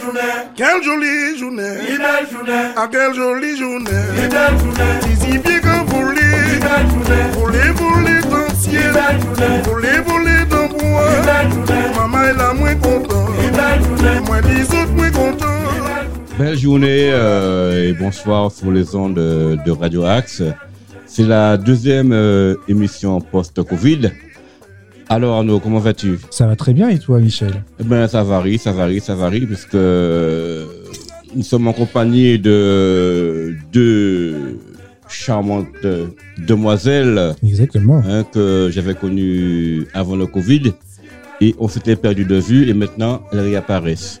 journée, Quelle jolie journée, une belle journée, ah quelle jolie journée. une belle journée, Zizi bien que une voler, belle journée, voler, voler dans le une ciel, belle journée, voler, voler dans le bois. une belle journée, Maman est la moins une contente, belle journée, moi les autres moins contents. Belle journée euh, et bonsoir sur les ondes euh, de Radio Axe. C'est la deuxième euh, émission post-Covid. Alors Arnaud, comment vas-tu Ça va très bien et toi, Michel Eh ben ça varie, ça varie, ça varie, puisque euh, nous sommes en compagnie de deux charmantes demoiselles Exactement. hein, que j'avais connues avant le Covid et on s'était perdu de vue et maintenant elles réapparaissent.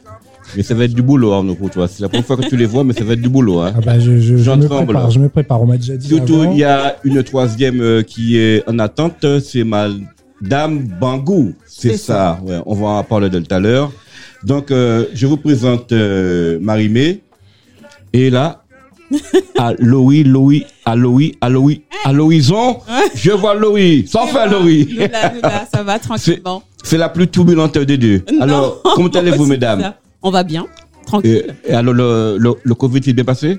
Mais ça va être du boulot Arnaud pour toi. C'est la première fois que tu les vois, mais ça va être du boulot. Hein. Ah bah je, je, je Jean me Tremble. prépare, je me prépare. On m'a déjà dit. Surtout, avant. il y a une troisième euh, qui est en attente, euh, c'est Madame Bangou. C'est C'est ça, ouais, on va en parler de tout à l'heure. Donc, euh, je vous présente euh, Marie-Mé. Et là, Aloï, Loï, Aloï, Aloï, Aloïson. Je vois Loï. Sans faire Loï. Nous là, nous là, ça va tranquillement. C'est la plus turbulente des deux. Ah, Non. Alors, comment allez-vous, C'est mesdames ça. On va bien, Euh, tranquille. et alors, le, le, le Covid est bien passé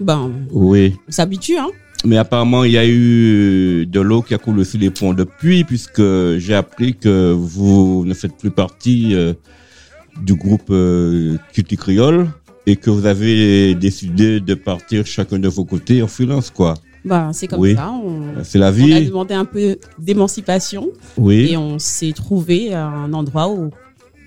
Ben, Oui. on s'habitue, hein. Mais apparemment, il y a eu de l'eau qui a coulé sous les ponts depuis, puisque j'ai appris que vous ne faites plus partie euh, du groupe euh, Cutie Creole et que vous avez décidé de partir chacun de vos côtés en freelance, quoi. Ben, c'est comme Oui. ça. On, C'est la on a vie. demandé un peu d'émancipation Oui. et on s'est trouvé à un endroit où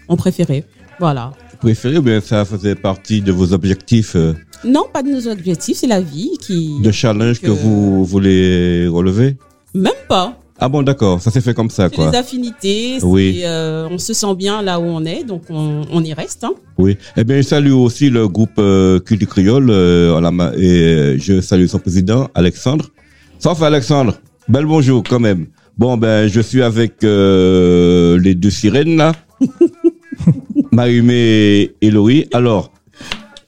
on préférait. Voilà. Vous préférez ou bien ça faisait partie de vos objectifs euh, Non, pas de nos objectifs, c'est la vie qui. de challenge que Que- vous voulez relever Même pas. Ah bon, d'accord. Ça s'est fait comme ça, C'est quoi. les affinités. c'est, Oui. euh, on se sent bien là où on est, donc on, on y reste. Hein. Oui. Eh bien, je salue aussi le groupe euh, Culte Créole euh, en la ma- et euh, je salue son président, Alexandre. Sauf Alexandre, bel bonjour quand même. Bon, ben, je suis avec euh, les deux sirènes là, Marimé et Laurie. Alors,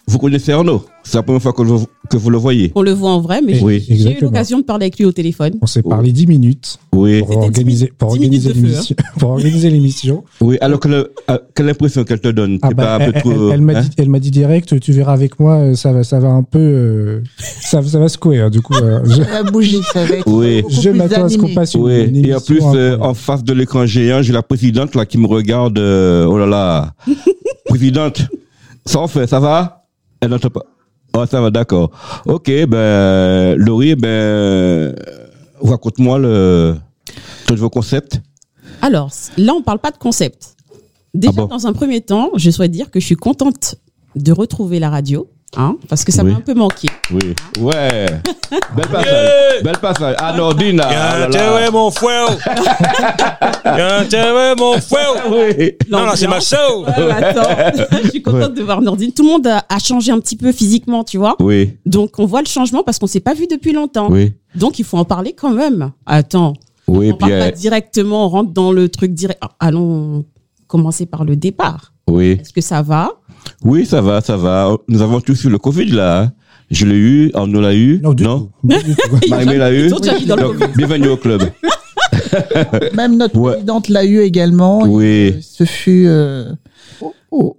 vous connaissez Arnaud C'est la première fois que, vous- que vous le voyez. On le voit en vrai, mais Oui. j'ai eu Exactement. l'occasion de parler avec lui au téléphone. On Oh. s'est parlé 10 minutes Oui, pour C'était organiser, pour 10 minutes hein. organiser de feu, l'émission. Pour organiser l'émission. oui. Alors, que le- euh, quelle impression qu'elle te donne Ah C'est bah, pas un peu elle elle- trop- elle m'a hein dit, elle m'a dit direct, tu verras avec moi, euh, ça va, ça va un peu, euh, ça, ça va secouer. hein, Du coup, euh, je, Ça va bouger, ça va être Oui. beaucoup je plus m'attends à ce qu'on animé. passe une, Oui, une et en émission. plus, euh, incroyable. en face de l'écran géant, j'ai la présidente là qui me regarde. euh, oh là là. présidente, ça en fait, ça va Elle n'entend pas. Oh, ça va, d'accord. Ok, ben, Laurie, ben, raconte-moi le, tous vos concepts. Alors, c- là, on parle pas de concept. Déjà, Ah bon dans un premier temps, je souhaite dire que je suis contente de retrouver la radio, hein, parce que ça Oui. m'a un peu manqué. Oui. Ouais. Belle passage. Belle passage. Ah, Nordine. ah, là, là. mon frère. Enterré mon frère. Oui. Non, non, c'est ma L'ambiance. soeur. Ouais, mais Euh, attends, je suis contente de voir Nordine. Tout le monde a, a changé un petit peu physiquement, tu vois. Oui, Donc, on voit le changement parce qu'on s'est pas vu depuis longtemps. oui. Donc, il faut en parler quand même. Attends, Oui, on puis, parle euh, pas directement, on rentre dans le truc direct. Ah, Allons commencer par le départ. oui. Est-ce que ça va Bah, Oui, ça va, ça va. Nous avons tous eu le Covid là. hein. Je l'ai eu, Arnaud l'a eu. non, du tout. Du tout. Marie-Mé l'a eu. Ils ont déjà mis dans le Donc, bienvenue au club. Même notre Ouais. présidente l'a eu également. Oui. Euh, Ce fut. euh,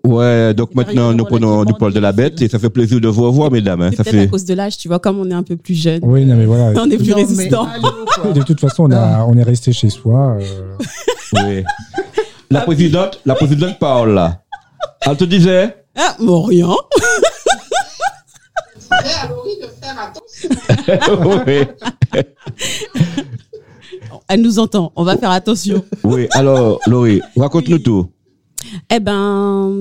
Ouais, donc maintenant, nous prenons du poil de la bête et ça fait plaisir de vous revoir, mesdames. hein. C'est Ça peut-être à fait. cause de l'âge, tu vois, comme on est un peu plus jeune, Oui, non, mais voilà. on est plus non, mais résistant. allô, quoi. De toute façon, on, a, on est resté chez soi. euh, Oui. La Ah présidente, la présidente parle là. Elle te disait. Ah, Morian Ah oui. Elle nous entend, on va faire attention. oui. Alors, Laurie, raconte-nous Oui. tout. Eh ben,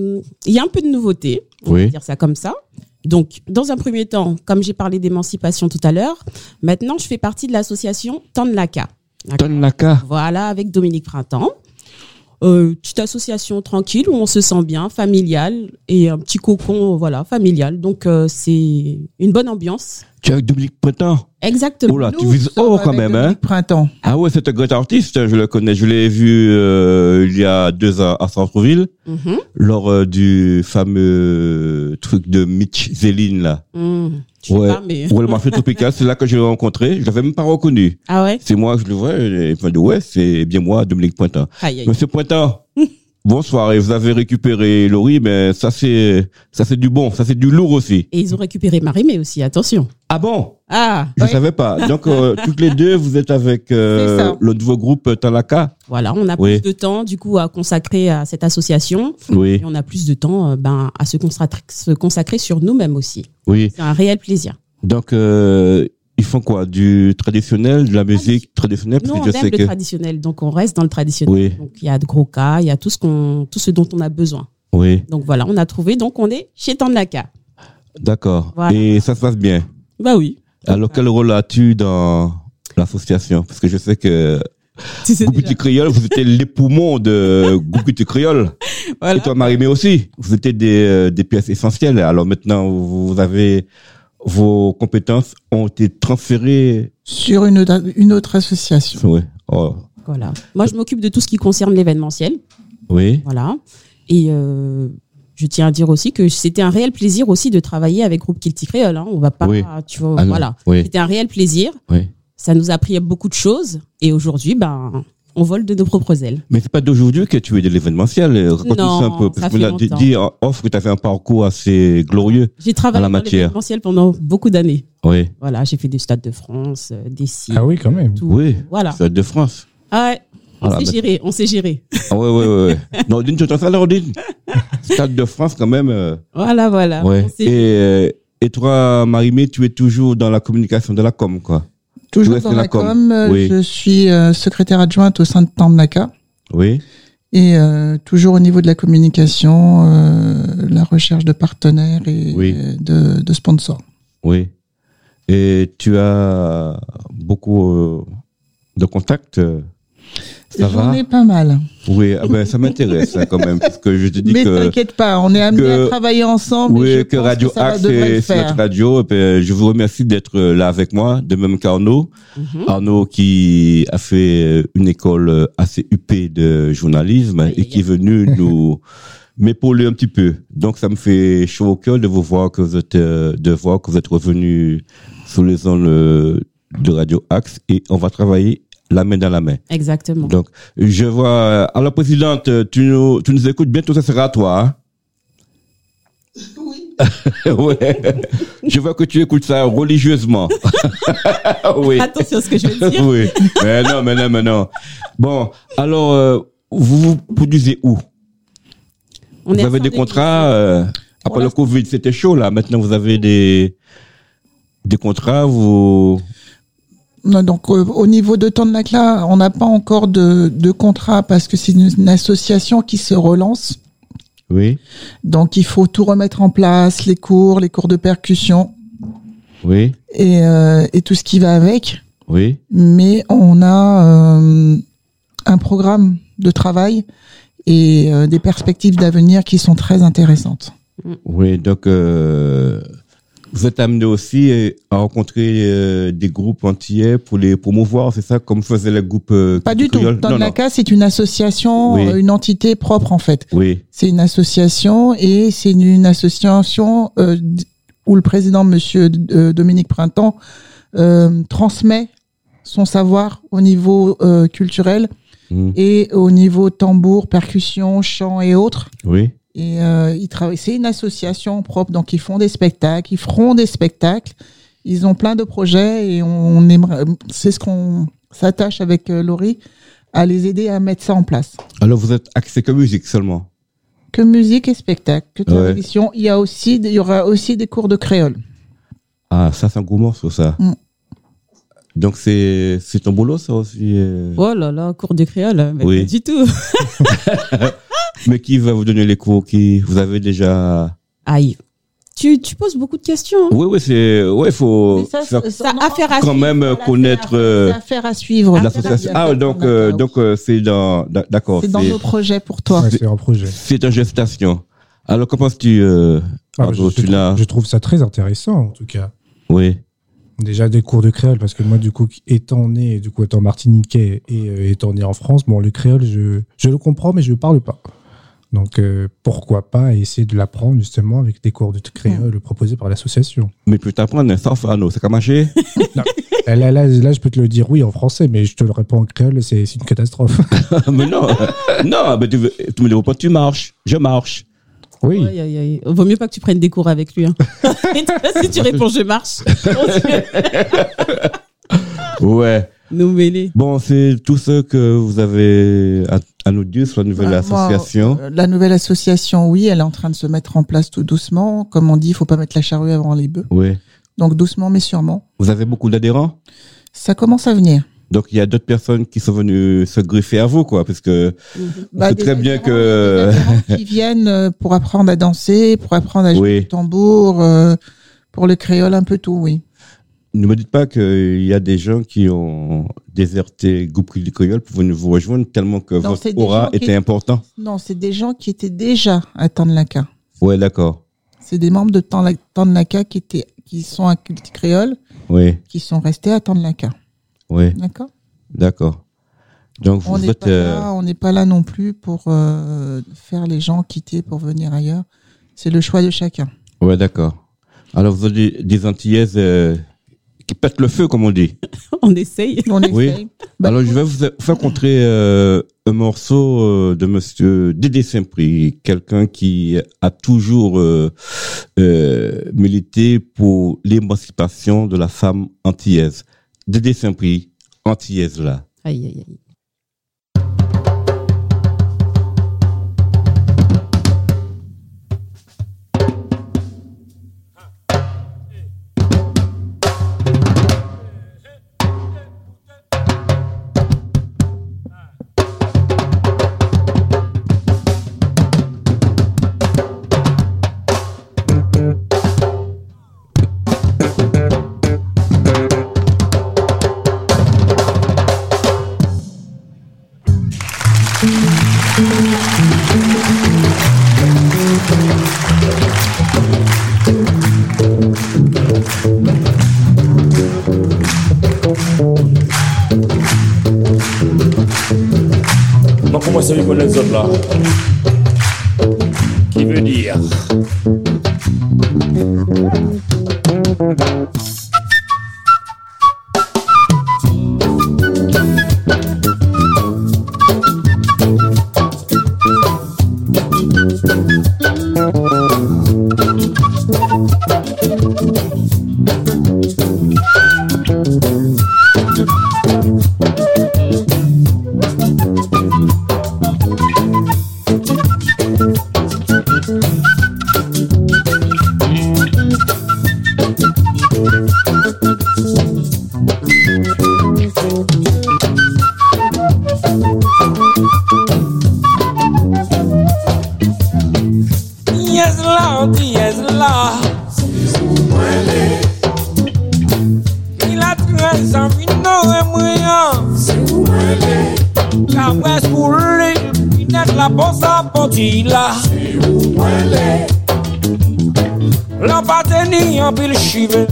il y a un peu de nouveauté, on Oui. va dire ça comme ça. Donc, dans un premier temps, comme j'ai parlé d'émancipation tout à l'heure, maintenant je fais partie de l'association Tanlaka. Donne la carte. Voilà, avec Dominique Printemps. Euh, petite association tranquille où on se sent bien, familiale, et un petit cocon, voilà, familial. Donc, euh, c'est une bonne ambiance. Tu es avec Dominique Printemps. Exactement. Oh là, tu Nous vises haut sommes quand avec même, hein. Dominique Printemps. Ah ouais, c'est un grand artiste, je le connais. Je l'ai vu euh, il y a deux ans à Centreville, Mhm. lors euh, du fameux truc de Mitch Zéline, là. Mmh. Je sais Ouais. pas, mais. Ou le marché tropical, c'est là que je l'ai rencontré. Je l'avais même pas reconnu. Ah ouais C'est moi que je le vois. Et il m'a dit, ouais, c'est bien moi, Dominique Pointin. Aïe, aïe. Monsieur Pointin, bonsoir, et vous avez récupéré Laurie, mais ça c'est, ça c'est du bon, ça c'est du lourd aussi. Et ils ont récupéré Marie-Mé aussi, attention. Ah bon? Ah, Je Oui. savais pas. Donc, euh, toutes les deux, vous êtes avec euh, C'est ça. le nouveau groupe Talaka. voilà, on a Oui. plus de temps du coup à consacrer à cette association Oui, et on a plus de temps euh, ben, à se consacrer, se consacrer sur nous-mêmes aussi. oui. C'est un réel plaisir. Donc, euh, ils font quoi Du traditionnel, de la musique traditionnelle Nous, on Parce que je aime sais le que. traditionnel, donc on reste dans le traditionnel. Oui, Donc il y a de gros cas, il y a tout ce, qu'on, tout ce dont on a besoin. oui, Donc voilà, on a trouvé, donc on est chez Tandaka. d'accord. Voilà. Et ça se passe bien. Bah oui. Alors, quel rôle as-tu dans l'association Parce que je sais que Tu sais déjà. Goupiti Créole, vous étiez les poumons de Goupiti Créole. Voilà. Et toi, Marie-Mé aussi. Vous étiez des, euh, des pièces essentielles. Alors maintenant, vous avez. Vos compétences ont été transférées. sur une autre, une autre association. Oui. Oh. Voilà. Moi, je m'occupe de tout ce qui concerne l'événementiel. Oui. Voilà. Et euh, je tiens à dire aussi que c'était un réel plaisir aussi de travailler avec Groupe Kilti Créole. hein. On va pas, Oui. tu vois, Ah non. voilà. Oui. C'était un réel plaisir. Oui. Ça nous a appris beaucoup de choses. Et aujourd'hui, ben, on vole de nos propres ailes. Mais c'est pas d'aujourd'hui que tu es de l'événementiel. euh, Raconte-nous Non, ça un peu. ça Parce qu'on fait a dit longtemps. dit en off que tu as fait un parcours assez glorieux. J'ai À travaillé la dans matière. l'événementiel pendant beaucoup d'années. Oui. Voilà, j'ai fait des stades de France, euh, des sites. Ah oui, quand même. tout. Oui. Voilà. C'est de France. Ah ouais, on Voilà, s'est mais- géré, on s'est géré. Ah ouais, ouais, ouais. ouais. non, Dine, tu entends ça, Nordine Stade de France, quand même. euh, Voilà, voilà. ouais. On s'est- Et, euh, et toi, Marie-Mé, tu es toujours dans la communication, dans la com, quoi. Toujours restes dans la com, euh, oui. je suis euh, secrétaire adjointe au sein de Tandaka Oui. et euh, toujours au niveau de la communication, euh, la recherche de partenaires et Oui. euh, de, de sponsors. Oui. Et tu as beaucoup euh, de contacts. euh, Ça J'en va ai pas mal. Oui, ah ben, ça m'intéresse hein, quand même, parce que je te dis Mais que... t'inquiète pas, on est amené que- à travailler ensemble. et je Oui, que pense Radio que ça va- Axe, devrait le c'est c'est faire. notre radio. Et puis, je vous remercie d'être euh, là avec moi, de même qu'Arnaud. Mhm. Arnaud qui a fait euh, une école euh, assez huppée de journalisme Aïe, et aïe, qui est venu nous m'épauler un petit peu. Donc ça me fait chaud au cœur de vous voir que vous êtes euh, de voir que vous êtes revenu sous les ondes euh, de Radio Axe et on va travailler la main dans la main. Exactement. Donc je vois euh, alors présidente, euh, tu nous tu nous écoutes bientôt ça sera à toi. hein. Oui. ouais. Je vois que tu écoutes ça religieusement. oui. Attention à ce que je vais dire. Oui. Mais non, mais non, mais non. Bon, alors, euh, vous vous produisez où On est Vous avez en train des de- contrats euh, Pour Après le l'instant. Covid, c'était chaud, là. Maintenant, vous avez des, des contrats, vous... Non, donc euh, au niveau de Tandakla, on n'a pas encore de, de contrat parce que c'est une, une association qui se relance. Oui, Donc il faut tout remettre en place, les cours, les cours de percussion oui, et, euh, et tout ce qui va avec. oui, Mais on a euh, un programme de travail et euh, des perspectives d'avenir qui sont très intéressantes. oui. Donc, euh, vous êtes amené aussi euh, à rencontrer euh, des groupes entiers pour les promouvoir, c'est ça, comme faisaient les groupes... euh, Pas du tout. créoles Non, non. Tandakla, c'est une association, Oui. euh, une entité propre en fait. Oui, C'est une association et c'est une, une association euh, d- où le président, Monsieur euh, Dominique Printemps, euh, transmet son savoir au niveau euh, culturel Mm. et au niveau tambour, percussion, chant et autres. oui, Et euh, ils travaillent. C'est une association propre, donc ils font des spectacles, ils feront des spectacles. Ils ont plein de projets et on, on aimerait. C'est ce qu'on s'attache avec euh, Laurie à les aider à mettre ça en place Alors, vous êtes axé que musique seulement que musique et spectacle, que télévision. Il y a aussi, des- il y aura aussi des cours de créole. Ah, ça, c'est un gros morceau, ça. Mm. Donc, c'est, c'est ton boulot, ça aussi. euh, Oh là là, cours de créole, mais Oui. pas du tout. Mais qui va vous donner les cours qui Vous avez déjà. Aïe. Tu, tu poses beaucoup de questions. hein. Oui, oui, c'est. Ouais, faut. Mais ça, faire c'est- Ça Euh, non, a affaire à quand suivre. même voilà, connaître c'est euh, à- c'est à faire à suivre. l'association. C'est à faire Ah, à donc, suivre. euh, donc euh, c'est dans. d'a- D'accord. c'est dans nos projets pour toi. Ouais, c'est un projet. c'est en gestation. Alors, qu'en penses-tu euh, Ah, Arnaud, je, je tu trouve- l'as- hein. je trouve ça très intéressant, en tout cas. Oui, Déjà des cours de créole, parce que moi, du coup, étant né, du coup, étant martiniquais et euh, étant né en France, bon, le créole, je, je le comprends, mais je ne parle pas. Donc euh, pourquoi pas essayer de l'apprendre justement avec des cours de créole proposés par l'association. Mais tu peux t'apprendre hein, un sarfano, ça a marché Là, là, là, là, je peux te le dire oui en français, mais je te le réponds en créole, c'est c'est une catastrophe. Mais non, non, mais tu, veux- tu me dis, pourquoi tu marches, je marche. Oui. Aïe, aïe, aïe. Vaut mieux pas que tu prennes des cours avec lui. hein. si tu réponds je marche, on se- Ouais. nous mêler. Bon, c'est tout ce que vous avez à, à nous dire sur la nouvelle Ah, moi, association. euh, La nouvelle association, oui, elle est en train de se mettre en place tout doucement. Comme on dit, il faut pas mettre la charrue avant les bœufs. Oui. Donc doucement mais sûrement. Vous avez beaucoup d'adhérents Ça commence à venir. donc il y a d'autres personnes qui sont venues se greffer à vous, quoi, parce que Mhm. sait Bah, des très bien adhérents- que- des adhérents qui viennent euh, pour apprendre à danser, pour apprendre à jouer oui, du tambour, euh, pour le créole, un peu tout, oui. ne me dites pas qu'il y a des gens qui ont déserté Groupe du Coyol pour venir vous rejoindre tellement que Non, votre c'est des aura gens qui- était important. Non, c'est des gens qui étaient déjà à Tanlaka. Ouais, d'accord. C'est des membres de Tanla- Tanlaka qui étaient, qui sont à culte créole, Oui, qui sont restés à Tanlaka. oui, D'accord. d'accord. Donc On vous euh, n'est êtes pas, là- on n'est pas là non plus pour euh, faire les gens quitter pour venir ailleurs. C'est le choix de chacun. euh, ouais, d'accord. Alors vous êtes des, des Antillaises euh, qui pètent le feu, comme on dit. On essaye. On Oui. essaye. Bah, Alors, je vais vous faire contrer euh, un morceau euh, de Monsieur Dédé Saint-Prix, quelqu'un qui a toujours euh, euh, milité pour l'émancipation de la femme antillaise. Dédé Saint-Prix, antillaise là. Aïe, aïe, aïe. Mwen komanse vi konen zot la Ki ve dir Yes, Lord, yes, Lord. Il a très envie de nous moyen. La presse pour lui, il est la bonne apportée là. L'emporte ni en pile chive.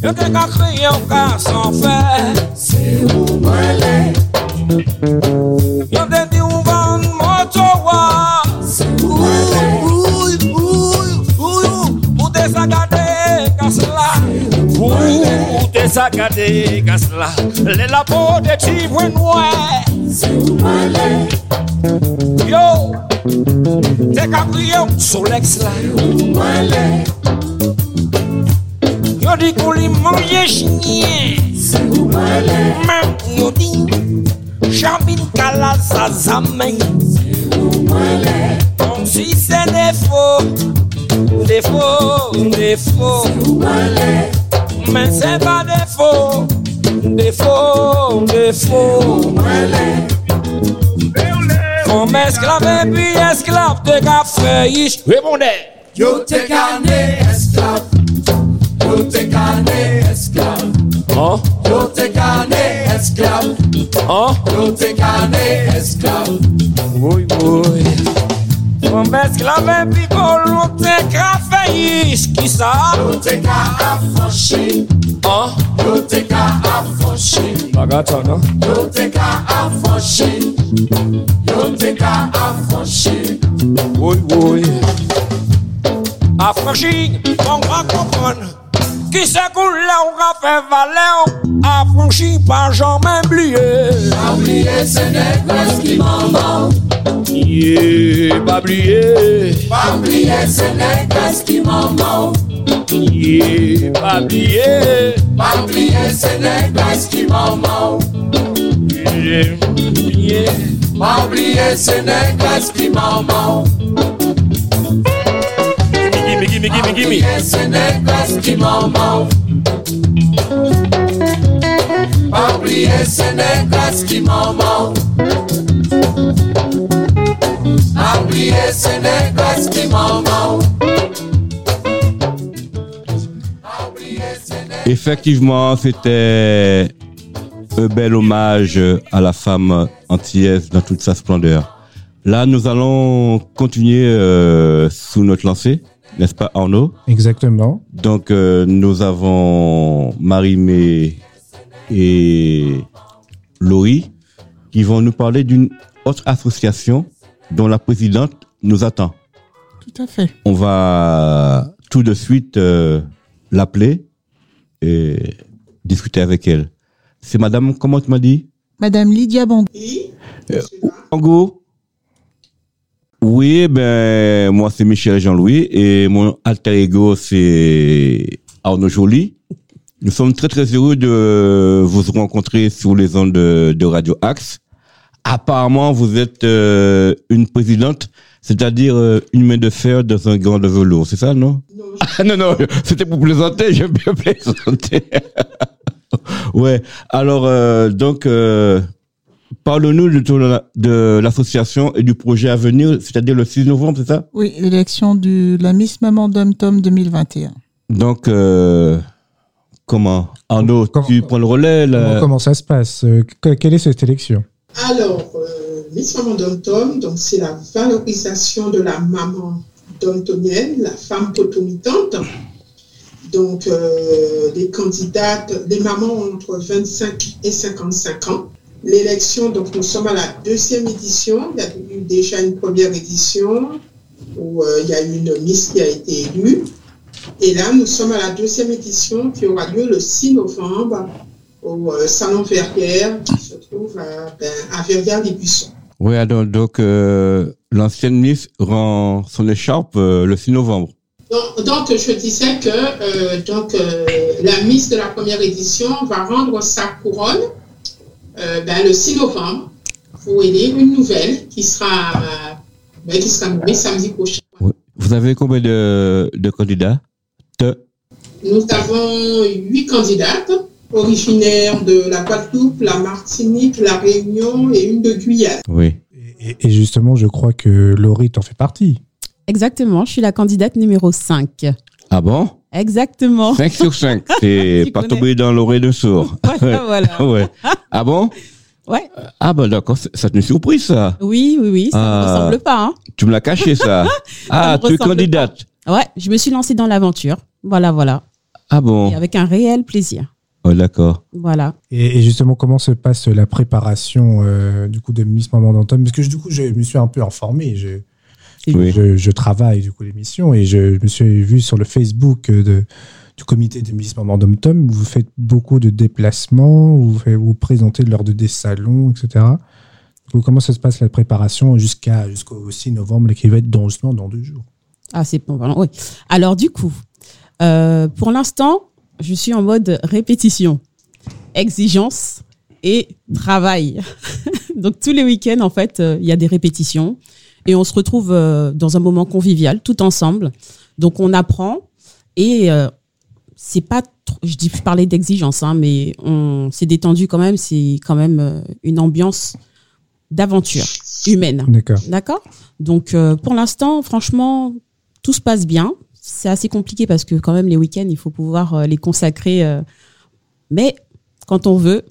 Yo te ka kreye ou ka san fe Yo te di ou van moto wa Ouy, ouy, ouy, ouy Ou te sa gade kas la Ou te sakade kas la Le la po de ti vwen wè Yo Te ka kriye ou solex la Yo di kou li manje chinyen Mem yo di Chambin kala sa zamen Ton Bon, si se defo Defo, defo Men se pa defo Defo, defo Fom esklave pi esklave Te ka freyish Reponde Yo te cane esclav, yo te cane esclav, An, yo te cane esclav, an, yo te cane esclav, woy woy Fom esklave pi kolon Te ka freyish Ki sa yo te ca affranchi, Hein? An, Yo te ka afonshi bagata nan Yo te ka afonshi Yo te ka afonshi Woy, woy Afranchi, on va comprendre. Qui se coule là, on va faire valer. Affranchi, pas jamais oublié. Pa oubliye se negres ki maman Ye, pa bliye Pa oubliye se é negres ki maman Ye, pa bliye Pa oubliye se é negres ki maman Ye, bliye Pa oubliye se é negres ki maman Gimme, gimme, gimme, gimme Oubliye se é negres ki maman Pa oubliye se negres ki maman Pa oubliye se negres ki maman Pa oubliye se negres Effectivement, c'était un bel hommage à la femme antillaise dans toute sa splendeur. Là, nous allons continuer euh, sous notre lancée, n'est-ce pas Arnaud Exactement. Donc, euh, nous avons Marie-Mé et Laurie qui vont nous parler d'une autre association dont la présidente nous attend. Tout à fait. On va tout de suite euh, l'appeler et discuter avec elle. C'est madame, comment tu m'as dit Madame Lydia Bandé. Ango Oui, ben, moi c'est Michel Jean-Louis et mon alter ego c'est Arnaud Joly. Nous sommes très très heureux de vous rencontrer sur les ondes de, de Radio Axe. Apparemment, vous êtes euh, une présidente, c'est-à-dire euh, une main de fer dans un grand de velours, c'est ça, non Ah non, non, c'était pour plaisanter, j'aime bien plaisanter. ouais, alors, euh, donc, euh, parle-nous de, ton- de l'association et du projet à venir, c'est-à-dire le 6 novembre, c'est ça Oui, élection de la Miss Maman Dom Tom 2021. Donc, euh, comment Arnaud, Comment- tu prends le relais là Comment, comment ça se passe Euh, que- Quelle est cette élection Alors, euh, Miss Maman Dom-Tom, donc c'est la valorisation de la maman domtonienne, la femme potomitante. Donc, euh, les candidates, les mamans ont entre 25 et 55 ans. L'élection, donc nous sommes à la deuxième édition. Il y a eu déjà une première édition où euh, il y a eu une Miss qui a été élue. Et là, nous sommes à la deuxième édition qui aura lieu le 6 novembre au euh, Salon Verrières qui se trouve à, ben, à Verrières-les-Buissons. Oui, alors, donc, euh, l'ancienne Miss rend son écharpe euh, le 6 novembre. Donc, donc, je disais que euh, donc, euh, la Miss de la première édition va rendre sa couronne euh, ben, le 6 novembre pour élire une nouvelle qui sera, euh, ben, qui sera nommée samedi prochain. Oui. Vous avez combien de, de candidats Te- Nous avons huit candidates originaires de la Guadeloupe, la Martinique, la Réunion et une de Guyane. Oui. et, et- et justement, je crois que Laurie t'en fait partie. Exactement, je suis la candidate numéro 5. Ah bon Exactement. 5 sur 5. C'est Tu pas connais. tombé dans l'oreille de sourd. Voilà, voilà. ouais. Ah bon Ouais. Ah bah d'accord, c'est- ça te une surprise ça. Oui, oui, oui, ça ne Ah. ressemble pas. hein. Tu me l'as caché ça. ah, me tu es ressemble pas. candidate. Ouais, je me suis lancée dans l'aventure. Voilà, voilà. Ah Et bon avec un réel plaisir. oh, D'accord. Voilà. Et, et justement, comment se passe la préparation euh, du coup de Miss Maman d'Antoine Parce que je- du coup, je me suis un peu informé. Je, Oui. je, je travaille du coup l'émission et je me suis vu sur le Facebook euh, de, du comité des Miss Maman Dom Tom. où Vous faites beaucoup de déplacements, où vous, faites- vous présentez lors de des salons, etc. Du coup, comment ça se passe la préparation jusqu'à jusqu'au 6 novembre, qui va être dans, justement dans deux jours Ah, c'est bon, voilà, oui. Alors, du coup, euh, pour l'instant, je suis en mode répétition, exigence et travail. Donc, tous les week-ends, en fait, euh, il y a des répétitions et on se retrouve euh, dans un moment convivial, tout ensemble. Donc, on apprend et euh, c'est pas trop, je dis je parlais d'exigence hein, mais on s'est détendu quand même c'est quand même euh, une ambiance d'aventure humaine D'accord. D'accord Donc, euh, pour l'instant, franchement, tout se passe bien. C'est assez compliqué parce que, quand même, les week-ends, il faut pouvoir euh, les consacrer. euh, mais quand on veut,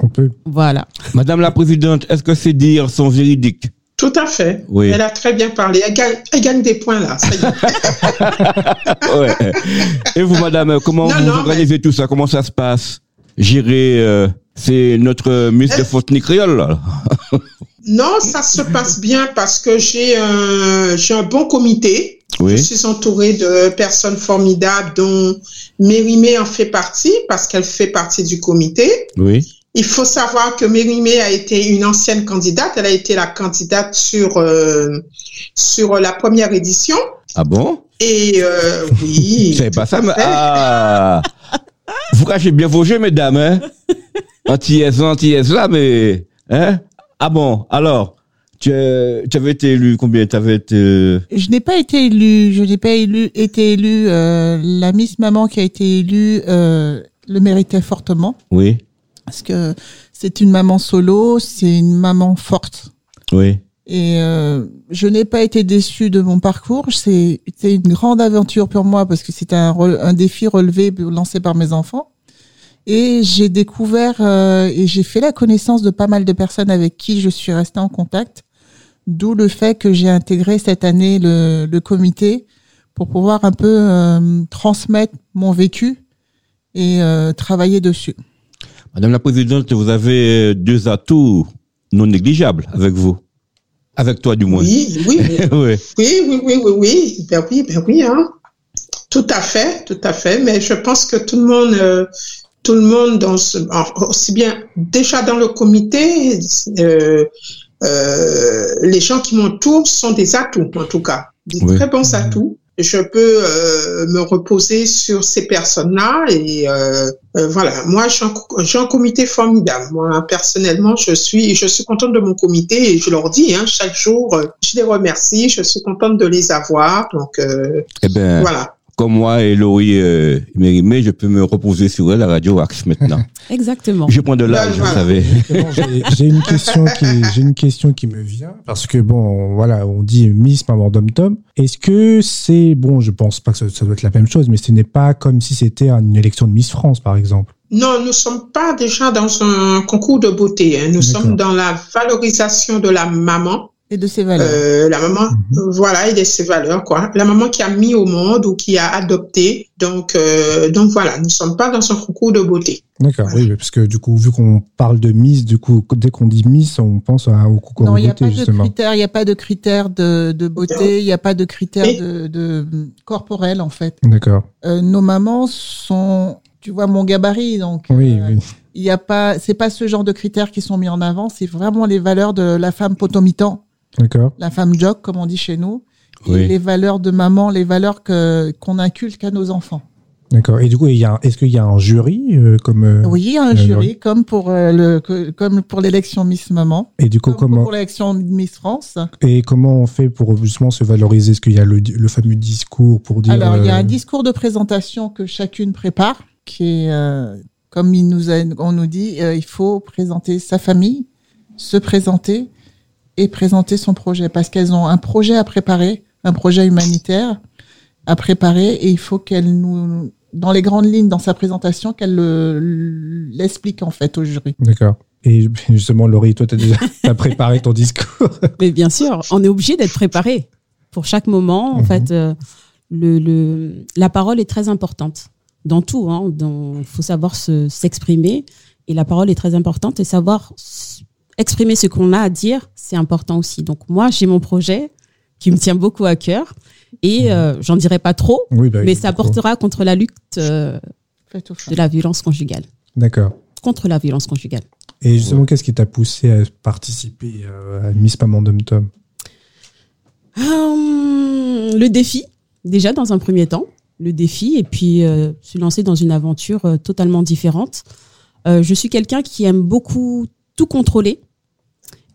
On peut. voilà. Madame la présidente, est-ce que ces dires sont véridiques Tout à fait. Oui. Elle a très bien parlé. Elle gagne, elle gagne des points là. ça y est. Ouais. Et vous, madame, comment Non, vous non, organisez tout ça Comment ça se passe Gérer, euh, c'est notre euh, Miss de Fontenay Créole. là. non, ça se passe bien parce que j'ai un, j'ai un bon comité. Je Oui, suis entourée de personnes formidables dont Mérimée en fait partie parce qu'elle fait partie du comité. oui, Il faut savoir que Mérimée a été une ancienne candidate. Elle a été la candidate sur, euh, sur la première édition. ah bon Et euh, Vous oui. savez pas tout ça à mais... fait. Ah Vous cachez bien vos jeux, mesdames, hein Anti-S, anti-S hein, là, mais... Hein Ah bon, alors, tu, euh, tu avais été élu combien Tu avais été... euh, Je n'ai pas été élue, je n'ai pas élu, été élue. euh, la Miss Maman qui a été élue euh, le méritait fortement Oui, parce que c'est une maman solo, c'est une maman forte. oui. Et euh, je n'ai pas été déçue de mon parcours. C'est c'était une grande aventure pour moi parce que c'était un, re- un défi relevé lancé par mes enfants. Et j'ai découvert euh, et j'ai fait la connaissance de pas mal de personnes avec qui je suis restée en contact. D'où le fait que j'ai intégré cette année le, le comité pour pouvoir un peu euh, transmettre mon vécu et euh, travailler dessus. Madame la Présidente, vous avez euh, deux atouts non négligeables avec vous. Avec toi, du moins. Oui, oui, oui. oui. Oui, oui, oui, oui, oui, ben oui, ben oui, hein. Tout à fait, tout à fait. Mais je pense que tout le monde, euh, tout le monde, dans ce, en- aussi bien déjà dans le comité, euh, euh, les gens qui m'entourent sont des atouts, en tout cas, des Oui. très bons atouts. Je peux euh, me reposer sur ces personnes-là et euh, euh, voilà. Moi, j'ai un, j'ai un comité formidable. Moi, personnellement, je suis, je suis contente de mon comité et je leur dis hein, chaque jour, euh, je les remercie. Je suis contente de les avoir. Donc euh, Eh bien, voilà. comme moi et Laurie euh, Mérimée, je peux me reposer sur elle la radio Axe maintenant. Exactement. je prends de l'âge, vous Voilà. savez. Justement, j'ai- J'ai une question qui, j'ai une question qui me vient parce que bon, voilà, on dit Miss Maman Dom Tom. Est-ce que c'est bon Je pense pas que ça, ça doit être la même chose, mais ce n'est pas comme si c'était une élection de Miss France, par exemple. Non, nous sommes pas déjà dans un concours de beauté. hein. Nous D'accord. sommes dans la valorisation de la maman. Et de ses valeurs. Euh, la maman, euh, Mhm. voilà, il a ses valeurs, quoi. La maman qui a mis au monde ou qui a adopté. Donc, euh, donc voilà, nous ne sommes pas dans un concours de beauté. D'accord, oui, mais parce que du coup, vu qu'on parle de Miss, du coup, dès qu'on dit Miss, on pense à, au concours Non, de il n'y a pas beauté, de justement. critères, il n'y a pas de critères de, de beauté, il n'y a pas de critères Et- de, de corporel en fait. D'accord. Euh, nos mamans sont, tu vois, mon gabarit, donc Oui, euh, oui. il y a pas, c'est pas ce genre de critères qui sont mis en avant, c'est vraiment les valeurs de la femme potomitan, D'accord. la femme jock comme on dit chez nous, et Oui. les valeurs de maman, les valeurs que qu'on inculque à nos enfants. D'accord. Et du coup, il y a, un- est-ce qu'il y a un jury euh, comme euh, Oui, un Euh, jury comme pour euh, le que- comme pour l'élection Miss Maman, Et du coup, comme comment pour l'élection Miss France. et comment on fait pour justement se valoriser Est-ce qu'il y a le, le fameux discours pour dire Alors, il y a euh, un discours de présentation que chacune prépare, qui est, euh, comme il nous a- on nous dit, euh, il faut présenter sa famille, se présenter et présenter son projet, parce qu'elles ont un projet à préparer, un projet humanitaire à préparer, et il faut qu'elles nous, dans les grandes lignes, dans sa présentation, qu'elle le- l'explique en fait au jury. D'accord. Et justement, Laurie, toi, t'as déjà t'as préparé ton discours. Mais bien sûr, on est obligé d'être préparé pour chaque moment. En Mhm. fait, euh, le, le- la parole est très importante dans tout. hein. Dans- Il faut savoir se- s'exprimer et la parole est très importante et savoir s- exprimer ce qu'on a à dire, c'est important aussi. Donc moi, j'ai mon projet qui me tient beaucoup à cœur et euh, j'en dirai pas trop, Mhm. Oui, bah, mais du ça coup. portera contre la lutte euh, Faites au fin. de la violence conjugale. D'accord. Contre la violence conjugale. Et justement, qu'est-ce qui t'a poussé à participer euh, à Miss Pamandum Tom Hum, le défi, déjà dans un premier temps, le défi, et puis euh, se lancer dans une aventure euh, totalement différente. Euh, je suis quelqu'un qui aime beaucoup tout contrôler,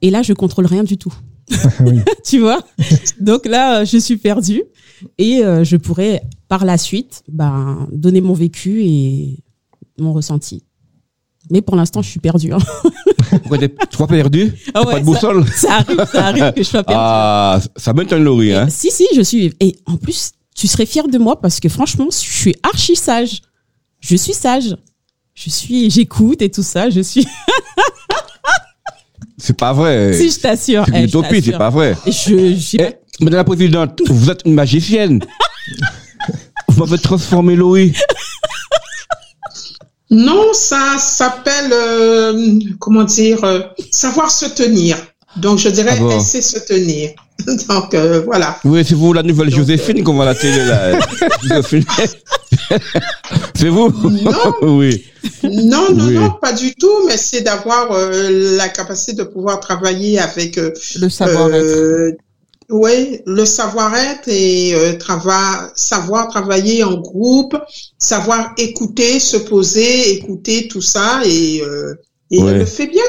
et là, je contrôle rien du tout. Oui. tu vois Donc là, euh, je suis perdue, et euh, je pourrais par la suite ben, donner mon vécu et mon ressenti. Mais pour l'instant, je suis perdue. hein. Pourquoi t'es tu vois, perdu Ah Pas ouais, de ça, boussole ça arrive, ça arrive que je sois perdue. Ah, ça m'étonne, Laurie. Hein Et- Si, si, je suis. Et en plus, tu serais fière de moi parce que franchement, je suis archi sage. Je suis sage. Je suis, j'écoute et tout ça. Je suis. C'est pas vrai. Si, je t'assure. Euh, C'est eh, une je utopie, c'est t'assure. pas vrai. Je, j'ai Eh, Madame la Présidente, vous êtes une magicienne. vous m'avez transformé Laurie. Non, ça s'appelle, euh, comment dire, euh, savoir se tenir. Donc, je dirais Ah bon. laisser se tenir. Donc, euh, voilà. Oui, c'est vous la nouvelle Joséphine qu'on voit à la télé, là. Joséphine. c'est vous Non. Oui. Non, non, Oui. non, pas du tout, mais c'est d'avoir euh, la capacité de pouvoir travailler avec euh, Le savoir-être. oui, Euh, le savoir-être et euh, trava- savoir travailler en groupe, savoir écouter, se poser, écouter tout ça et, euh, et Ouais. elle le fait bien.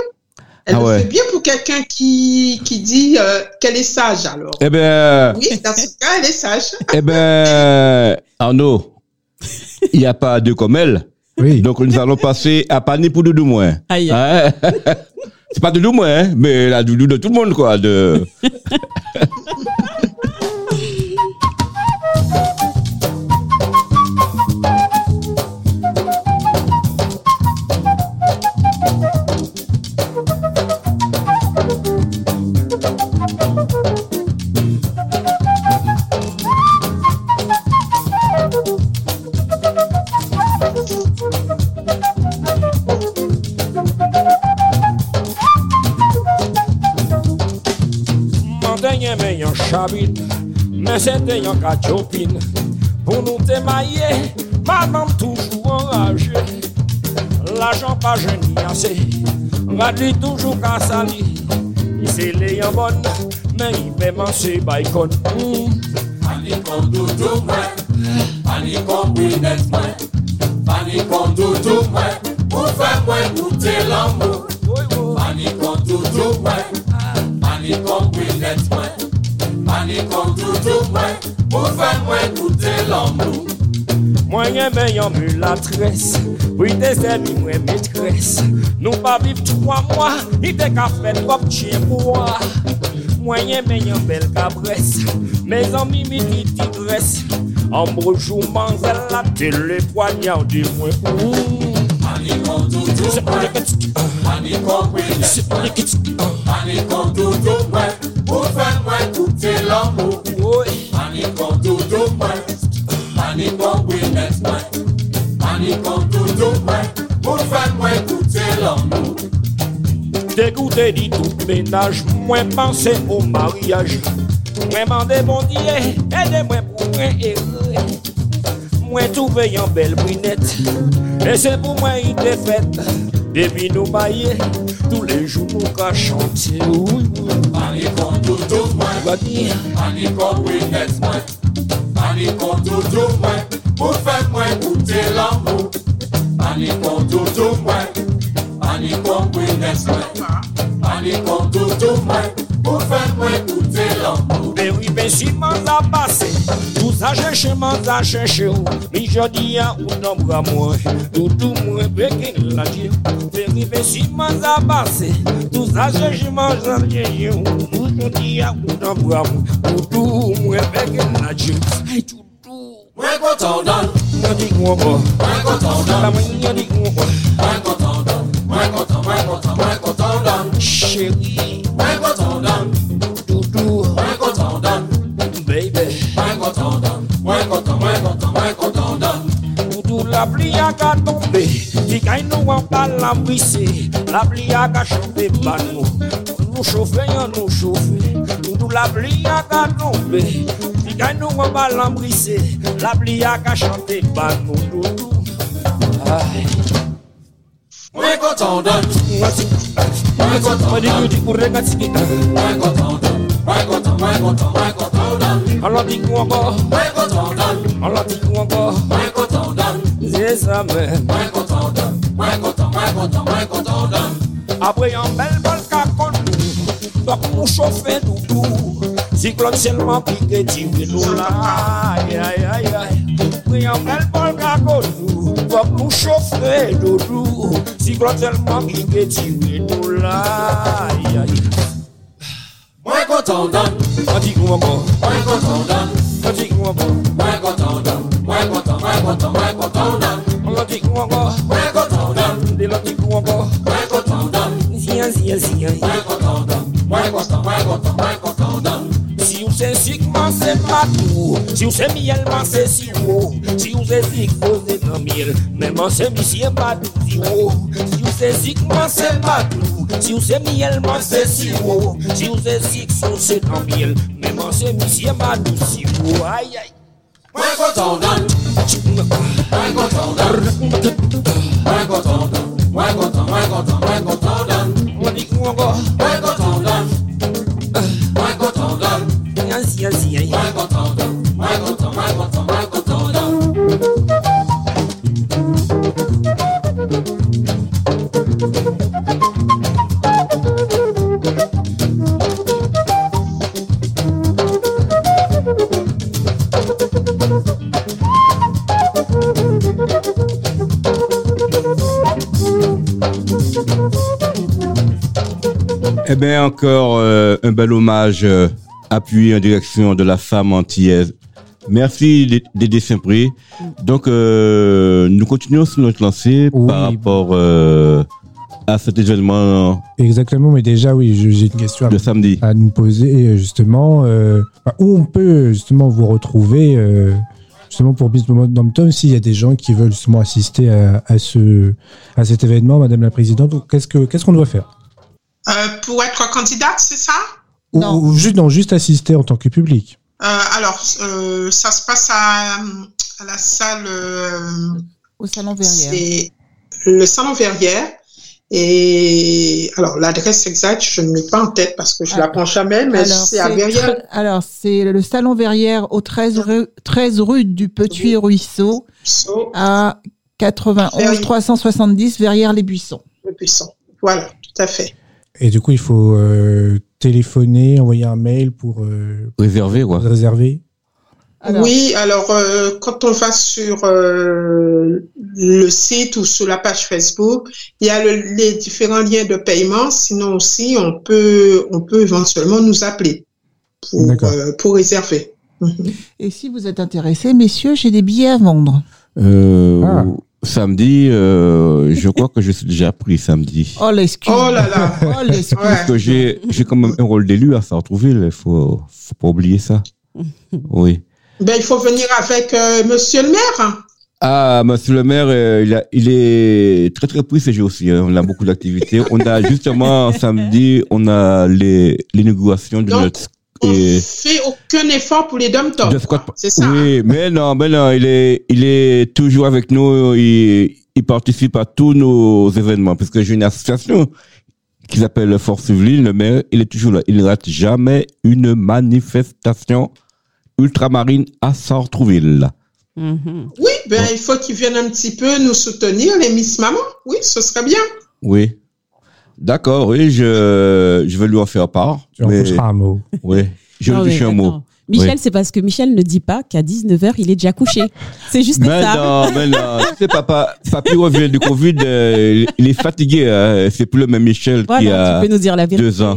Elle Ah le ouais. fait bien pour quelqu'un qui, qui dit euh, qu'elle est sage alors. Eh ben, Oui, dans ce cas, elle est sage. eh ben, Arnaud, il n'y a pas deux comme elle. Oui. Donc, nous allons passer à Pani pour Doudou Moins. Aïe. Hein c'est pas Doudou Moins, hein, mais la Doudou de tout le monde, quoi. De... Mantenye men yon chabit Men sete yon kachopin Pou nou te maye Madame toujou enraje L'ajan pa jeni ase Radli toujou ka sali Isele yon bon Men yi peman se baykon mm. Panikon doudou mwen, panikon binet mwen, panikon doudou mwen, pou fè mwen goutè l'amou. Oy, oy. Panikon doudou mwen, panikon binet mwen, panikon doudou mwen, pou fè mwen goutè l'amou. Mwen yon men yon mulatres Pou yi te sebi mwen metres Nou pa viv 3 mwa Yi te ka fet kop chen pou wa Mwen yon men yon bel kabres Me zami mi ki tigres Ambrojou manzel la tele Poanyan di mwen ou Panikon doudou Se pou le mwen, ketski panikon binet Se pou le mwen, ketski panikon doudou mwen, pou fè mwen goutè l'amou. Oye Panikon doudou mwen, panikon binet mwen, panikon doudou mwen, pou fè mwen goutè l'amou. Dégoûté dit tout ménage, moins pensé au mariage. Moins mandé bon Dieu, aidez-moi pour moi errer. Moins trouvé une belle brunette, et c'est pour moi une défaite. Depuis nous maillés, tous les jours nous qu'à chanter. Oui, oui, Panikon doudou mwen, on va dire. Panikon winet mwen, panikon doudou mwen, pou fè mwen goutè l'amou. Panikon doudou mwen, panikon winet mwen, panikon doudou mwen, pou fè mwen goutè l'amou. Ben oui, ben si m'en a passé, tout ça cherche, m'en a cherché. Mais je dis à un homme à moi, tout tout moi, ben qu'il l'a dit. Ben oui, ben si m'en a passé, tout ça cherche, m'en a cherché. Mais je dis à un homme à moi, tout tout moi, ben qu'il l'a dit. Aïe, tout tout, Mwen kontan dan, moi dit qu'on va, mwen kontan la dan, moi dit qu'on va. mwen kontan dan, mwen kontan, mwen kontan, mwen kontan dan, Chérie, mwen kontan dan, tout tout, mwen kontan dan, baby. mwen kontan dan, mwen kontan, mwen kontan, mwen kontan dan. Poutou la pli a ka tombe Ti kay nou an pa la mbrise La pli a ka chante ban nou Nou chofe yon nou chofe Poutou la pli a ka tombe Ti kay nou an pa la mbrise La pli a ka chante ban nou Toutou Ay, Mwen kontan dan, mwen si mwen kontan Mwen di dan. kou di kou rega si Mwen kontan dan, mwen kontan, mwen kontan, mwen kontan dan, An la di kou anko mwen kontan dan, An la di kou anko mwen kontan dan, Zé sa men mwen kontan dan, mwen kontan, mwen kontan, mwen kontan dan. Apre yon bel bol ka kon nou Dok mou chofe nou tou Si klon selman pike ti vi nou la Ay, ay, ay, ay Apre yon bel bol ka kon nou Dok mou chofe nou tou Si klon selman pike ti vi nou la Ay, ay Mwen kontan dan, Mati kou anbo, mwen kontan dan, mati kou anbo mwen kontan dan, mwen kontan, mwen kontan, mwen kontan dan, Mati kou anbo, mwen kontan dan, de mati kou anbo mwen kontan dan, Ziyan, ziyan, ziyan mwen kontan se sikman se patou Si ou se mielman se siro Si ou se sikman se namil Menman se misye patou siro Si ou se sikman se patou Si ou se mielman se siro Si ou se sikman se namil Menman se misye patou siro Ay ay Mwen kontan dan, mwen kontan dan, mwen kontan dan, mwen kontan, mwen kontan, mwen kontan dan, On dit qu'on va mwen kontan dan, mwen kontan dan, Yansi yansi yansi mwen kontan dan, mwen kontan, mwen kontan, mwen kontan dan. Eh bien, encore euh, un bel hommage euh, appuyé en direction de la femme antillaise. Merci Dédé Saint-Pré. Donc, euh, nous continuons sur notre lancée Oui. par rapport euh, à cet événement Exactement, mais déjà, oui, je- j'ai une question à, de samedi. à nous poser, euh, justement. euh, bah, où on peut, justement, vous retrouver, euh, justement, pour Beast Moment Dom Tom, s'il y a des gens qui veulent, justement, assister à, à ce, à cet événement, Madame la Présidente, qu'est-ce que qu'est-ce qu'on doit faire Euh, pour être candidate, c'est ça Ou- Non. Ou, juste, non, juste assister en tant que public. Euh, Alors, euh, ça se passe à, à la salle. euh, Au salon verrière. C'est le salon Verrières. Et alors, l'adresse exacte, je ne l'ai pas en tête parce que je ne la Alors- prends jamais, mais c'est à c'est Verrières. tre- alors, c'est le salon verrière au 13 rue, 13 rue du Petit Ruisseau So, à 91 Verrières. 370 Verrières-les-Buissons. le puissant. Voilà, tout à fait. Et du coup, il faut euh, téléphoner, envoyer un mail pour euh, Réservé, quoi. réserver. Alors, Ah oui, alors, euh, quand on va sur euh, le site ou sur la page Facebook, il y a le- les différents liens de paiement. Sinon aussi, on peut, on peut éventuellement nous appeler pour, D'accord. euh, pour réserver. Mhm. Et si vous êtes intéressés, messieurs, j'ai des billets à vendre. Euh, Ah. Samedi, euh, je crois que je suis déjà pris samedi. Oh, l'excuse. Oh là là! Oh, l'excuse. Ouais. Parce que j'ai j'ai quand même un rôle d'élu à Sartrouville, il faut, faut pas oublier ça. Oui. Ben, il faut venir avec euh, monsieur le maire. hein. Ah, monsieur le maire, euh, il, a- il est très très pris ces jours-ci. hein. On a beaucoup d'activités. on a justement samedi, on a les l'inauguration de Donc, notre On et- fait aucun effort pour les dom toms de squat. C'est ça. Oui, mais non, mais non, il est il est toujours avec nous. Il, il participe à tous nos événements parce que j'ai une association qui s'appelle Force Civile. Le maire, il est toujours là. Il ne rate jamais une manifestation ultramarine à Sartrouville. Mhm. Oui, ben il faut qu'ils viennent un petit peu nous soutenir, les Miss Maman. Oui, ce serait bien. Oui. D'accord, oui, je, je vais lui en faire part. Tu en mais- coucheras un mot. Oui, je Ah lui oui, touche un mot. d'accord. Michel, c'est parce que Michel ne dit pas qu'à 19h, il est déjà couché. C'est juste Mais ça. non, mais non. Tu sais, papa, papy revient du Covid, euh, il est fatigué. hein. C'est plus le même Michel qui Voilà, a. tu peux nous dire la vérité. deux ans.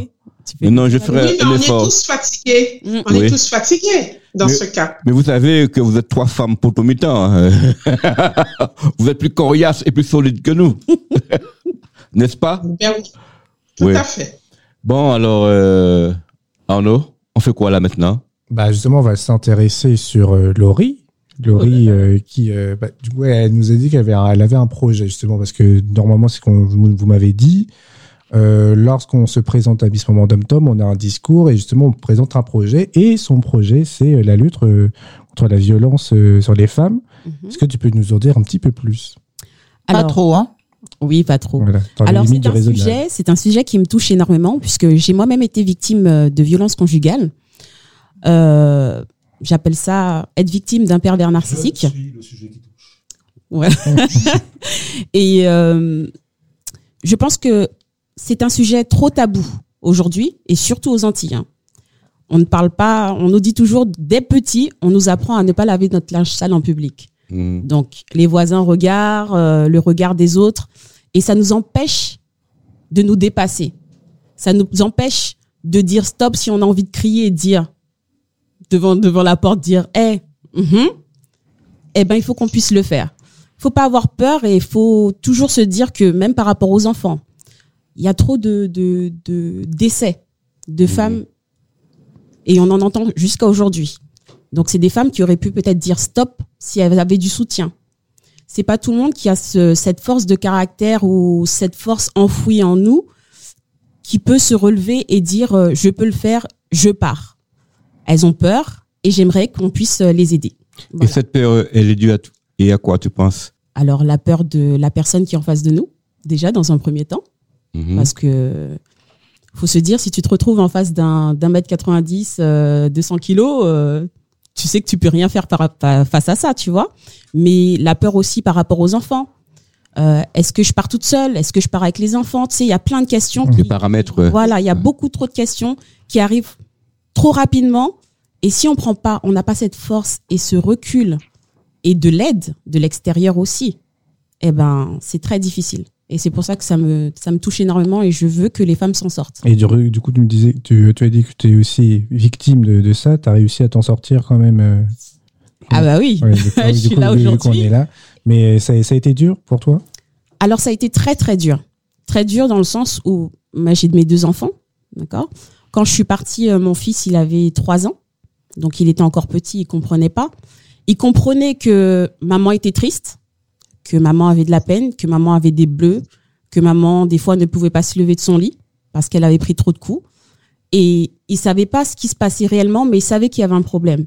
Tu peux Mais non, nous je dire la vérité. oui, ferai mais un on est effort. tous fatigués. Mm. On Oui. est tous fatigués dans Mais- ce cas. Mais vous savez que vous êtes trois femmes pour tout mi-temps. hein. vous êtes plus coriaces et plus solides que nous. N'est-ce pas? Ben oui. Tout Oui. à fait. Bon, alors, euh, Arnaud, on fait quoi là maintenant? Bah justement, on va s'intéresser sur euh, Laurie. Laurie euh, qui, euh, bah, du coup, elle nous a dit qu'elle avait, un- elle avait un projet justement parce que normalement, c'est qu'on vous, vous m'avez dit. euh, Lorsqu'on se présente à Miss Moment Dom Tom, on a un discours et justement on présente un projet. Et son projet, c'est euh, la lutte euh, contre la violence euh, sur les femmes. Mhm. Est-ce que tu peux nous en dire un petit peu plus Pas Alors, trop, hein. Oui, pas trop. Voilà, dans les Alors limites c'est du un raisonnable. sujet, c'est un sujet qui me touche énormément puisque j'ai moi-même été victime euh, de violences conjugales. Euh, J'appelle ça être victime d'un pervers narcissique. Ouais. Et euh, je pense que c'est un sujet trop tabou aujourd'hui et surtout aux Antilles. hein. On ne parle pas, on nous dit toujours dès petits, on nous apprend à ne pas laver notre linge sale en public. Hmm. Donc, les voisins regardent, euh, le regard des autres, et ça nous empêche de nous dépasser. Ça nous empêche de dire stop si on a envie de crier et de dire devant, devant la porte, dire eh, mhm. eh ben, il faut qu'on puisse le faire. Faut pas avoir peur et il faut toujours se dire que même par rapport aux enfants, il y a trop de, de, de- décès de femmes Et on en entend jusqu'à aujourd'hui. Donc, c'est des femmes qui auraient pu peut-être dire stop si elles avaient du soutien. C'est pas tout le monde qui a ce- cette force de caractère ou cette force enfouie en nous qui peut se relever et dire euh, je peux le faire, je pars. Elles ont peur et j'aimerais qu'on puisse euh, les aider. Et Voilà. cette peur, elle est due à tout. Et à quoi tu penses Alors la peur de la personne qui est en face de nous, déjà dans un premier temps, Mhm. parce que faut se dire si tu te retrouves en face d'un d'un mètre 90, euh, 200 kilos, euh, tu sais que tu peux rien faire par- par- face à ça, tu vois. Mais la peur aussi par rapport aux enfants. Euh, Est-ce que je pars toute seule Est-ce que je pars avec les enfants Tu sais, il y a plein de questions. qui- Les paramètres. euh, voilà, il y a Ouais. beaucoup trop de questions qui arrivent trop rapidement. Et si on prend pas, on n'a pas cette force et ce recul et de l'aide de l'extérieur aussi, eh ben, c'est très difficile. Et c'est pour ça que ça me, ça me touche énormément et je veux que les femmes s'en sortent. Et du, re- du coup, tu me disais, tu, tu as dit que tu es aussi victime de, de ça, tu as réussi à t'en sortir quand même. euh, Ah bah oui. ouais, donc, Je suis du coup, là du coup, on aujourd'hui. est là. Mais euh, ça, ça a été dur pour toi Alors, ça a été très, très dur. Très dur dans le sens où moi, j'ai de mes deux enfants, d'accord Quand je suis partie, euh, mon fils, il avait trois ans. Donc, il était encore petit, il comprenait pas. Il comprenait que maman était triste, que maman avait de la peine, que maman avait des bleus, que maman, des fois, ne pouvait pas se lever de son lit parce qu'elle avait pris trop de coups. Et il savait pas ce qui se passait réellement, mais il savait qu'il y avait un problème.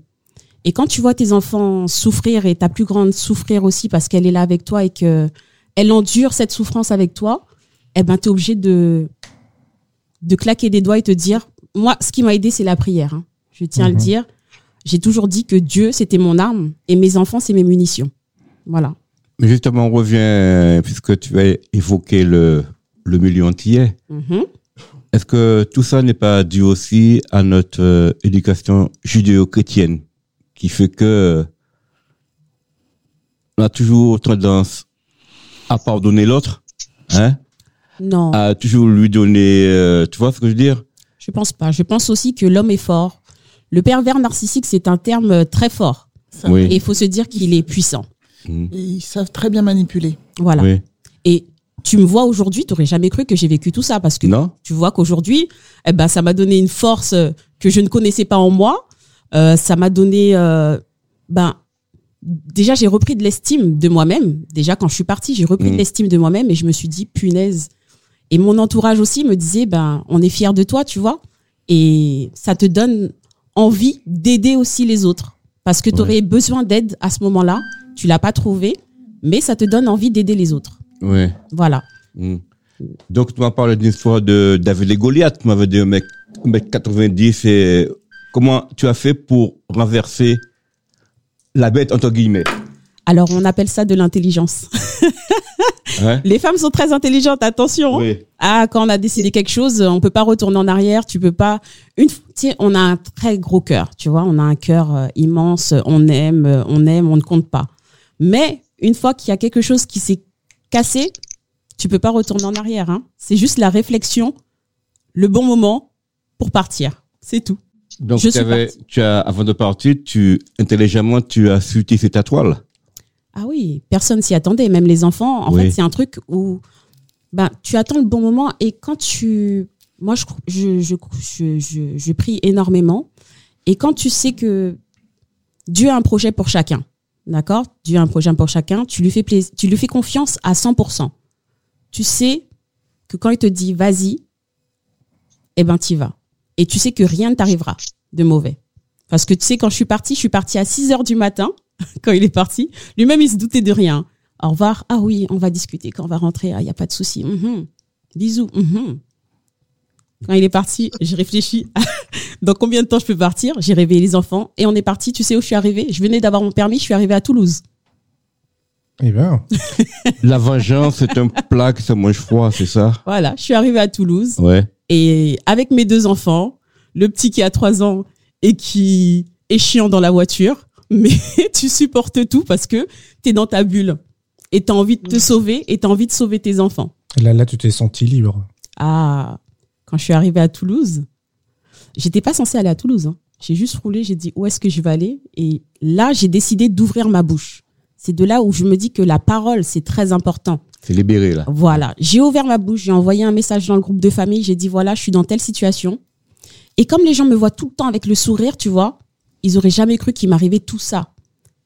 Et quand tu vois tes enfants souffrir et ta plus grande souffrir aussi parce qu'elle est là avec toi et que elle endure cette souffrance avec toi, eh ben, tu es obligé de, de claquer des doigts et te dire, moi, ce qui m'a aidé, c'est la prière. hein. Je tiens à le Mhm. dire. J'ai toujours dit que Dieu, c'était mon arme et mes enfants, c'est mes munitions. Voilà. Mais justement, on revient, euh, puisque tu as évoqué le, le milieu antillais. Mhm. Est-ce que tout ça n'est pas dû aussi à notre euh, éducation judéo-chrétienne, qui fait que euh, on a toujours tendance à pardonner l'autre, hein, Non, à toujours lui donner, euh, tu vois ce que je veux dire je pense pas. Je pense aussi que l'homme est fort. Le pervers narcissique, c'est un terme euh, très fort. Ça- Et Oui. il faut se dire qu'il est puissant. Mm. Et ils savent très bien manipuler. Voilà. Oui. Et tu me vois aujourd'hui, tu n'aurais jamais cru que j'ai vécu tout ça parce que Non tu vois qu'aujourd'hui, eh ben, ça m'a donné une force euh, que je ne connaissais pas en moi. Euh, ça m'a donné, euh, ben, déjà, j'ai repris de l'estime de moi-même. Déjà, quand je suis partie, j'ai repris Mm. de l'estime de moi-même et je me suis dit, punaise. Et mon entourage aussi me disait, ben, on est fiers de toi, tu vois. Et ça te donne envie d'aider aussi les autres. Parce que tu aurais besoin d'aide à ce moment-là. Tu l'as pas trouvé, mais ça te donne envie d'aider les autres. Oui. Voilà. Mm. Donc, tu m'as parlé d'une histoire de David et Goliath. Tu m'avais dit, un mec, un mec 90, et comment tu as fait pour renverser la bête, entre guillemets Alors, on appelle ça de l'intelligence. hein Les femmes sont très intelligentes, attention. Oui. Ah, quand on a décidé quelque chose, on peut pas retourner en arrière, tu peux pas. Une, f- tu sais, on a un très gros cœur, tu vois, on a un cœur euh, immense, on aime, euh, on aime, on ne compte pas. Mais une fois qu'il y a quelque chose qui s'est cassé, tu peux pas retourner en arrière. hein. C'est juste la réflexion, le bon moment pour partir, c'est tout. Donc, Je tu, suis avais- tu as, avant de partir, tu, intelligemment, tu as su tisser ta toile. Ah oui, personne s'y attendait, même les enfants. En Oui. fait, c'est un truc où ben, tu attends le bon moment et quand tu... Moi, je, je, je, je, je, je prie énormément. Et quand tu sais que Dieu a un projet pour chacun, d'accord Dieu a un projet pour chacun, tu lui fais, plais- tu lui fais confiance à 100%. Tu sais que quand il te dit vas-y, eh ben, t'y vas. Et tu sais que rien ne t'arrivera de mauvais. Parce que tu sais, quand je suis partie, je suis partie à 6 heures du matin quand il est parti. Lui-même, il se doutait de rien. Au revoir. Ah oui, on va discuter quand on va rentrer. Ah, il n'y a pas de souci. Mhm. Bisous. Mhm. Quand il est parti, j'ai réfléchi. à Dans combien de temps je peux partir J'ai réveillé les enfants et on est parti. Tu sais où je suis arrivée Je venais d'avoir mon permis. Je suis arrivée à Toulouse. Eh bien, La vengeance, c'est un plat qui se mange froid, c'est ça Voilà, je suis arrivée à Toulouse Ouais. et avec mes deux enfants, le petit qui a trois ans et qui est chiant dans la voiture, mais tu supportes tout parce que tu es dans ta bulle et tu as envie de te sauver et tu as envie de sauver tes enfants. là, là, tu t'es senti libre. Ah, quand je suis arrivée à Toulouse, j'étais pas censée aller à Toulouse. hein. J'ai juste roulé, j'ai dit où est-ce que je vais aller. Et là, j'ai décidé d'ouvrir ma bouche. C'est de là où je me dis que la parole, c'est très important. C'est libéré, là. Voilà, j'ai ouvert ma bouche, j'ai envoyé un message dans le groupe de famille, j'ai dit voilà, je suis dans telle situation. Et comme les gens me voient tout le temps avec le sourire, tu vois, ils auraient jamais cru qu'il m'arrivait tout ça.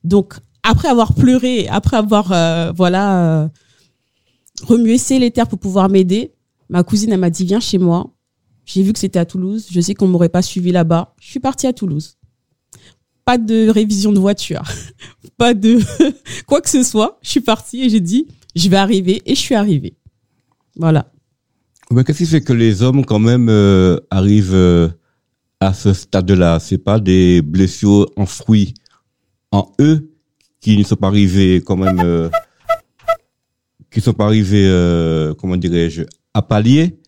Donc, après avoir pleuré, après avoir, euh, voilà, euh, remué ses les terres pour pouvoir m'aider, ma cousine, elle m'a dit, viens chez moi. J'ai vu que c'était à Toulouse. Je sais qu'on m'aurait pas suivi là-bas. Je suis partie à Toulouse. Pas de révision de voiture. pas de quoi que ce soit. Je suis partie et j'ai dit, je vais arriver et je suis arrivée. Voilà. Mais qu'est-ce qui fait que les hommes, quand même, euh, arrivent euh, à ce stade-là C'est pas des blessures enfouies en eux qui ne sont pas arrivés, quand même, euh, qui sont pas arrivés, euh, comment dirais-je, à pallier.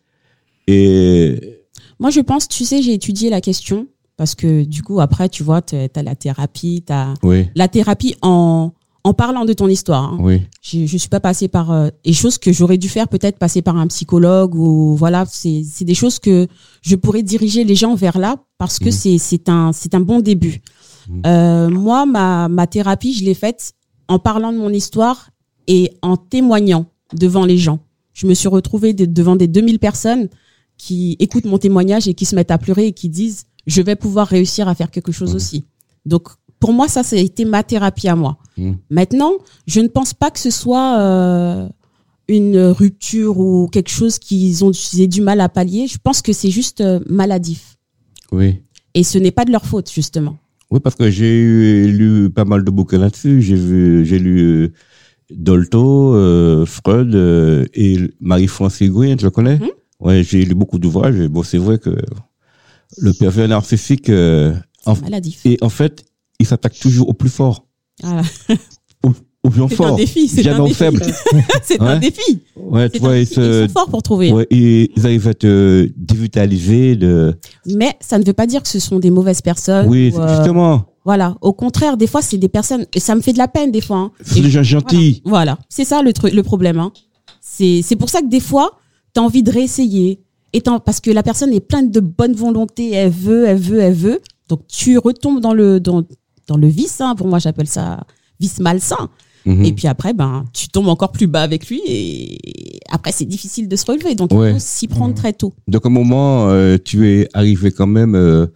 Et Moi, je pense, tu sais, j'ai étudié la question parce que du coup, après, tu vois, tu as la thérapie, tu as oui, la thérapie en, en parlant de ton histoire. hein. oui, Je, je suis pas passée par euh, et choses que j'aurais dû faire peut-être passer par un psychologue ou voilà c'est c'est des choses que je pourrais diriger les gens vers là parce que Mhm. c'est c'est un c'est un bon début. Mhm. Euh, moi ma ma thérapie je l'ai faite en parlant de mon histoire et en témoignant devant les gens. Je me suis retrouvée de- devant des 2000 personnes qui écoutent mon témoignage et qui se mettent à pleurer et qui disent je vais pouvoir réussir à faire quelque chose Mhm. aussi. Donc pour moi ça ça a été ma thérapie à moi. Mhm. Maintenant, je ne pense pas que ce soit euh, une rupture ou quelque chose qu'ils ont ils aient du mal à pallier. Je pense que c'est juste euh, maladif. oui. Et ce n'est pas de leur faute, justement. Oui, parce que j'ai eu- lu pas mal de bouquins là-dessus. J'ai vu, j'ai lu euh, Dolto, euh, Freud euh, et Marie-France Higuyen, tu la connais Mhm. Ouais, j'ai lu beaucoup d'ouvrages. et Bon, c'est vrai que le pervers narcissique euh, en- Maladif. et en fait, il s'attaque toujours au plus fort, Voilà. au plus C'est un fort. défi. C'est Jamais un au défi. faible. c'est un Ouais. défi. Ouais, C'est tu vois, un ils, défi. Ils se, sont forts pour trouver. ouais, ils- ils arrivent à te dévitaliser. De... Mais ça ne veut pas dire que ce sont des mauvaises personnes. Oui, ou, euh, justement, voilà. Au contraire, des fois, c'est des personnes. Et ça me fait de la peine, des fois. hein. ce sont Et des gens gentils. Voilà, c'est ça le, truc, le problème. Hein. C'est c'est pour ça que des fois, tu as envie de réessayer. Et t'en- parce que la personne est pleine de bonne volonté, elle veut, elle veut, elle veut. Donc tu retombes dans le, dans, dans le vice, hein. pour moi j'appelle ça vice malsain. Mhm. Et puis après, ben, tu tombes encore plus bas avec lui et après c'est difficile de se relever. Donc Ouais. Mm. il faut s'y prendre très tôt. Donc, à un moment, euh, tu es arrivé quand même euh,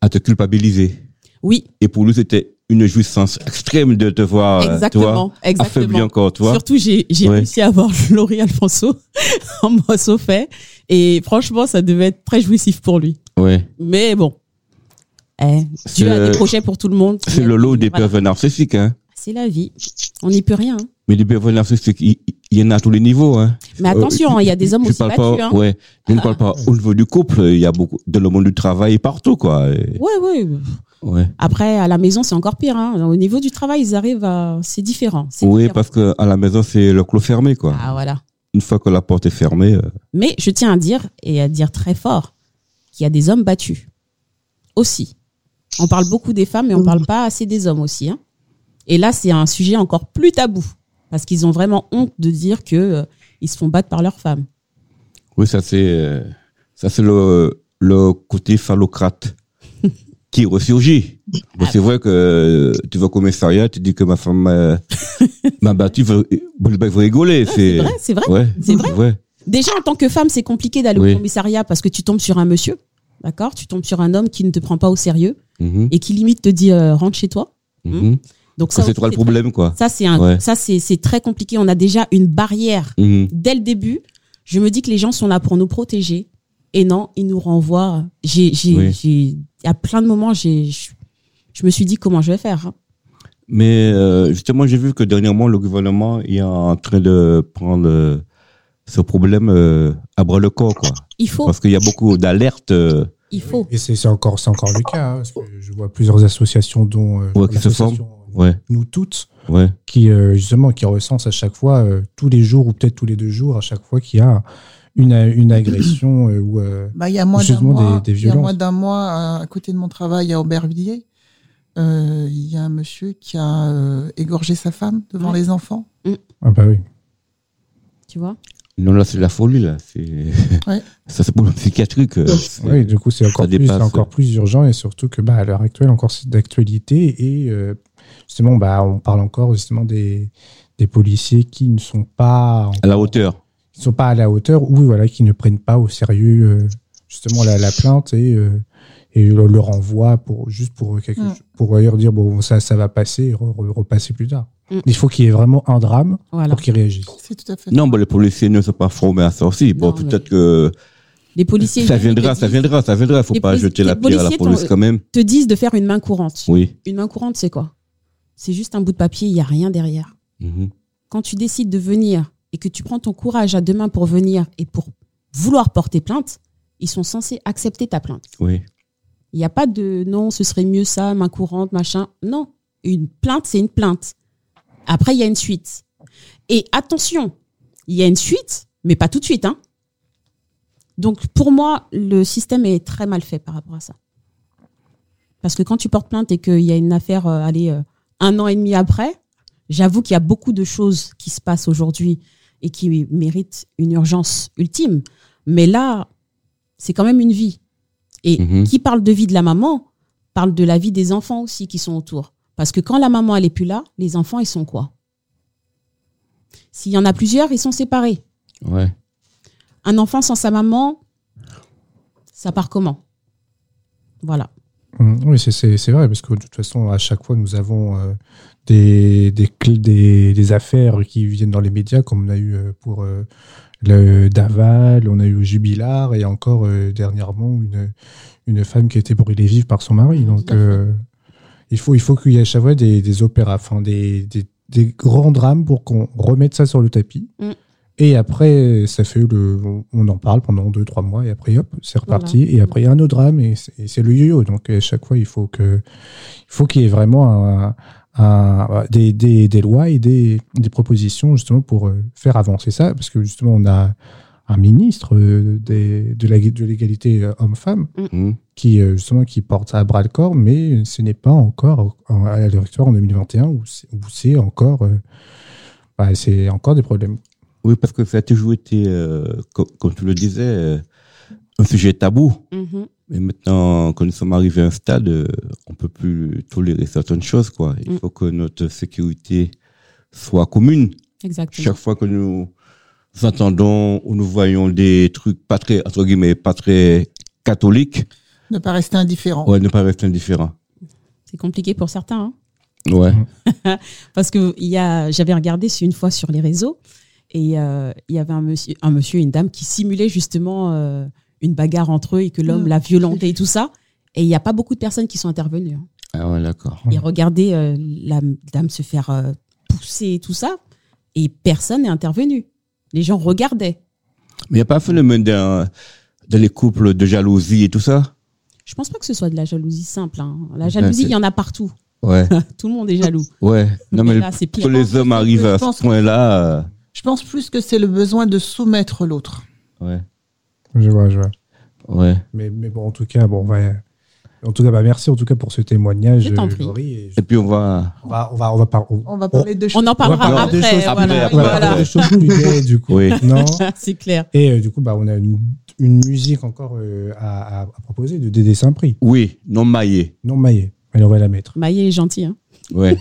à te culpabiliser. Oui, Et pour lui, c'était une jouissance extrême de te voir, euh, tu vois, exactement. affaibli exactement. encore, tu vois. Surtout, j'ai j'ai Ouais. réussi à avoir Laurie Alfonso en brosse au fait. Et franchement, ça devait être très jouissif pour lui. Ouais. Mais bon. Eh, Dieu a C'est- euh, des projets pour tout le monde. C'est le lot des Voilà. pervers narcissiques, hein. C'est la vie. On n'y peut rien. hein. Mais des pervers narcissiques, il il y en a à tous les niveaux, hein. Mais attention, Euh, hein, il y a des hommes je aussi parle battus. pas, hein. Ah. ouais. Je ne parle pas au niveau du couple, il y a beaucoup, dans le monde du travail, partout, quoi. Et- Ouais, ouais. Ouais. Après, à la maison, c'est encore pire. hein. Au niveau du travail, ils arrivent à. C'est différent. c'est Oui, différent. parce que à la maison, c'est le clos fermé, quoi. Ah, voilà. Une fois que la porte est fermée, euh, Mais je tiens à dire, et à dire très fort, qu'il y a des hommes battus. Aussi. On parle beaucoup des femmes, mais on ne parle pas assez des hommes aussi. hein. Et là, c'est un sujet encore plus tabou. Parce qu'ils ont vraiment honte de dire que euh, ils se font battre par leurs femmes. oui, ça, c'est, euh, ça, c'est le, le côté phallocrate qui ressurgit. Ah Bon, c'est vrai que euh, tu vas au commissariat, tu dis que ma femme m'a- m'a battu, vous vous- vous rigolez. Ah, C'est C'est vrai, c'est vrai. Ouais, C'est vrai. Ouais. Déjà, en tant que femme, c'est compliqué d'aller Oui. au commissariat parce que tu tombes sur un monsieur, d'accord Tu tombes sur un homme qui ne te prend pas au sérieux Mhm, et qui limite te dit euh, rentre chez toi. mhm. Donc Hmm. ça, C'est aussi, toi le problème, quoi. Ça, c'est un, Ouais. ça c'est c'est très compliqué. On a déjà une barrière Mhm. dès le début. Je me dis que les gens sont là pour nous protéger et non, ils nous renvoient. J'ai, j'ai, Oui. j'ai, à plein de moments, j'ai, je, je me suis dit comment je vais faire. hein. Mais euh, justement, j'ai vu que dernièrement, le gouvernement est en train de prendre euh, ce problème euh, à bras le corps, quoi. Il faut, Parce qu'il y a beaucoup d'alertes euh, il faut. Et c'est c'est encore, c'est encore le cas. hein, parce que je vois plusieurs associations, dont euh, Ouais, qui se forment. l'association Ouais, Nous toutes, ouais. qui euh, justement qui recense à chaque fois, euh, tous les jours ou peut-être tous les deux jours, à chaque fois qu'il y a une, une agression euh, ou euh, Bah, il y a moins d'un Justement, mois, des- des il y a violences. moins d'un mois, à côté de mon travail à Aubervilliers, euh, il y a un monsieur qui a euh, égorgé sa femme devant Ouais. les enfants. ah bah oui. Tu vois Non, là, c'est la folie, là. C'est... Ouais. Ça, c'est pour le psychiatrique. euh, c'est- Oui, du coup, c'est encore, plus, dépasse, c'est encore plus urgent et surtout que bah, à l'heure actuelle, encore c'est d'actualité et euh, justement, bah, on parle encore justement des, des policiers qui ne sont pas, À la hauteur. qui ne sont pas à la hauteur ou voilà, qui ne prennent pas au sérieux euh, justement la, la plainte et, euh, et le, le renvoi pour, juste pour, quelque, Mm. cho- pour leur dire bon, ça, ça va passer et re- re- repasser plus tard. Mm. Il faut qu'il y ait vraiment un drame Voilà. pour qu'ils réagissent. C'est tout à fait. Non, bah, mais les policiers ne sont pas formés à ça aussi. Bon, Non, peut-être que Les policiers ça ils viennent viendra, te ça dire- viendra, ça viendra. Il faut Les pas polici- jeter la les pierre à la policiers police t'ont- quand même. te disent de faire une main courante. Oui. Une main courante, c'est quoi C'est juste un bout de papier, il n'y a rien derrière. Mhm. Quand tu décides de venir et que tu prends ton courage à deux mains pour venir et pour vouloir porter plainte, ils sont censés accepter ta plainte. Oui. Il n'y a pas de non, ce serait mieux ça, main courante, machin. Non, une plainte, c'est une plainte. Après, il y a une suite. Et attention, il y a une suite, mais pas tout de suite. hein. Donc, pour moi, le système est très mal fait par rapport à ça. Parce que quand tu portes plainte et qu'il y a une affaire, euh, allez, euh, un an et demi après, j'avoue qu'il y a beaucoup de choses qui se passent aujourd'hui et qui méritent une urgence ultime. Mais là, c'est quand même une vie. Et Mhm. qui parle de vie de la maman parle de la vie des enfants aussi qui sont autour. Parce que quand la maman elle est plus là, les enfants ils sont quoi S'il y en a plusieurs, ils sont séparés. Ouais. Un enfant sans sa maman, ça part comment Voilà. Mm, Oui, c'est- c'est c'est vrai, parce que de toute façon, à chaque fois, nous avons euh, des, des, cl- des, des affaires qui viennent dans les médias, comme on a eu euh, pour euh, le Daval, on a eu Jubilard, et encore euh, dernièrement, une, une femme qui a été brûlée vive par son mari. Mm, Donc, tout à fait. euh, il faut, il faut qu'il y ait à chaque fois des, des opéras, enfin, des, des, des grands drames pour qu'on remette ça sur le tapis. Mm. Et après, ça fait le, on- on en parle pendant deux, trois mois, et après, hop, c'est reparti. Et après, il y a un autre drame, et c'est et c'est le yo-yo. Donc, à chaque fois, il faut que, il faut qu'il y ait vraiment un- un- des, des, des lois et des, des propositions, justement, pour euh, faire avancer ça. Parce que, justement, on a un ministre euh, des, de la- de l'égalité euh, homme-femme Mhm. qui euh, justement qui porte à bras le corps, mais ce n'est pas encore en- à l'heure actuelle en 2021 où c'est- où c'est encore, euh, bah, c'est encore des problèmes. Oui, parce que ça a toujours été, euh, co- comme tu le disais, euh, un sujet tabou. Mais maintenant, quand nous sommes arrivés à un stade, euh, on peut plus tolérer certaines choses, quoi. Il Mm. faut que notre sécurité soit commune. Exactement. Chaque fois que nous entendons ou nous voyons des trucs pas très, entre guillemets, pas très catholiques, Ne pas rester indifférent. ouais, ne pas rester indifférent. C'est compliqué pour certains. hein. Ouais. Parce que il y a, j'avais regardé sur- une fois sur les réseaux et euh, il y avait un monsieur, un monsieur et une dame qui simulaient justement euh, une bagarre entre eux et que l'homme Ah, l'a violenté et tout ça. Et il n'y a pas beaucoup de personnes qui sont intervenues. hein. Ah ouais, d'accord. Et regardez euh, la dame se faire euh, pousser et tout ça. Et personne n'est intervenu. Les gens regardaient. Mais il n'y a pas un phénomène dans, dans les couples de jalousie et tout ça? Je pense pas que ce soit de la jalousie simple. hein. La jalousie, c'est- il y en a partout. Ouais. Tout le monde est jaloux. Ouais. Non, mais, Et le- là, c'est pire. que les hommes arrivent à Je pense ce point-là, euh, Je pense plus que c'est le besoin de soumettre l'autre. ouais. Je vois, je vois. Ouais. Mais, mais bon, en tout cas, bon, ouais. En tout cas, bah, merci en tout cas pour ce témoignage, euh, Je t'en prie. Laurie. et je- Et puis on va, on va, on va, on va par- on- On va parler de choses. On en parlera parler après. de choses voilà. après, après, on va Voilà. Ah, parler des choses plus gaies, du coup. Oui. Non. C'est clair. Et euh, du coup, bah, on a une, une musique encore euh, à, à- à proposer de Dédé Saint-Prix, oui, non maillé. non maillé. Allez, on va la mettre. Maïe est gentil. hein. Ouais.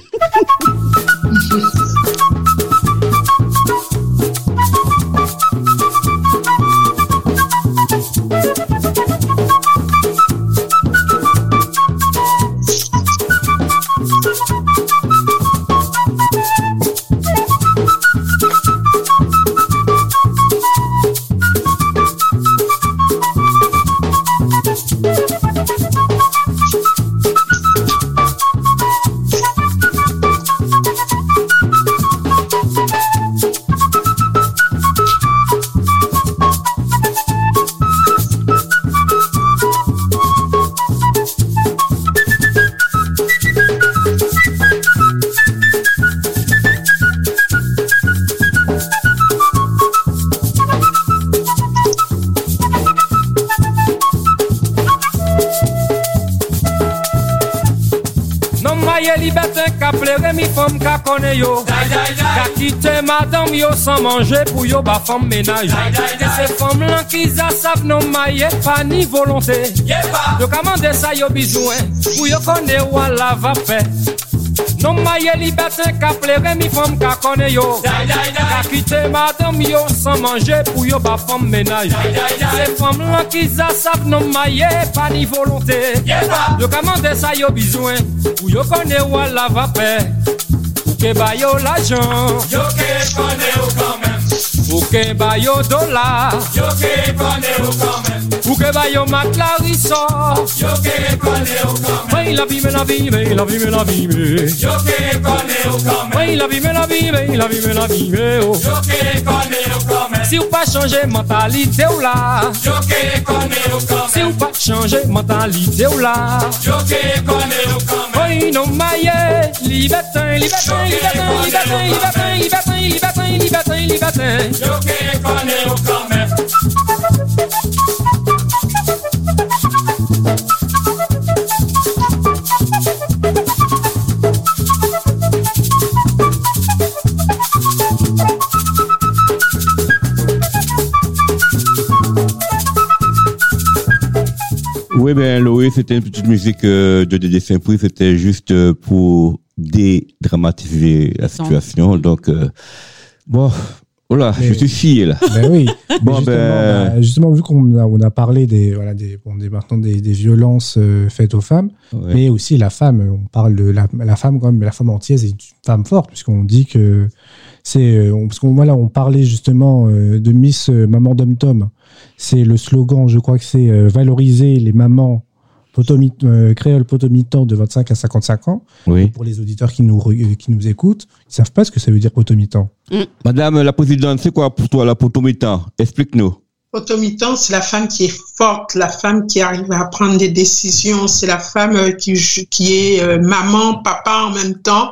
Nan maye libertin ka ple remi fom ka kone yo Ka kite madame yo san manje pou yo ba fom menaj E se fom lan ki zasaf nan maye pa ni volonte Yo ka mande sa yo bizwen pou yo kone wala va fe Non maye libertin ka plere mi fom ka kone yo Dai, dai, dai. Ka kite madam yo san manje pou yo ba fom menaj Dai, dai, dai. Se fom lan ki zasap non maye pa ni volonte Ye pa. Yo ka mande sa yo bizwen pou yo kone wala vape Pou ke ba yo l'ajan, Yo ke kone ou kanmen, pou ke ba yo dola yo ke kone ou kanmen, Pou ke ba yo mat la risor yo ke kone ou kanmen, Mwen la vi, men la vi, men la vi, men la vi, men yo ke kone ou kanmen, Mwen la vi, men la vi, men la vi, men la vi, men oh yo ke kone ou kanmen, Si ou pa chanje mentalite ou la yo ke kone ou kanmen, Si ou pa chanje mentalite ou la yo ke kone ou kanmen, Oye non maye Libertin, libertin, libertin, libertin, libertin, libertin, libertin, libertin, libertin yo ke kone ou kanmen, Oui, ben Loé, c'était une petite musique euh, de Dédé Saint-Prix. C'était juste euh, pour dédramatiser la Sans- situation. Donc, euh, bon, oh là, Mais- je suis scié là. Ben oui. Bon, Bon, justement, ben- bah, justement, vu qu'on a, on a parlé des, voilà, des, bon, des, maintenant des, des violences euh, faites aux femmes, Ouais. mais aussi la femme. On parle de la, la femme quand même, mais la femme entière, c'est une femme forte, puisqu'on dit que c'est. euh, on- Parce qu'on voilà, on parlait justement euh, de Miss euh, Maman Dom Tom. C'est le slogan, je crois que c'est euh, valoriser les mamans potomi- euh, créoles potomitans de 25 à 55 ans. Oui. Pour les auditeurs qui nous, re- euh, qui nous écoutent, ils ne savent pas ce que ça veut dire potomitan. Madame la présidente, c'est quoi pour toi la potomitan Explique-nous. Automitant, c'est la femme qui est forte, la femme qui arrive à prendre des décisions, c'est la femme euh, qui, ju- qui est euh, maman, papa en même temps.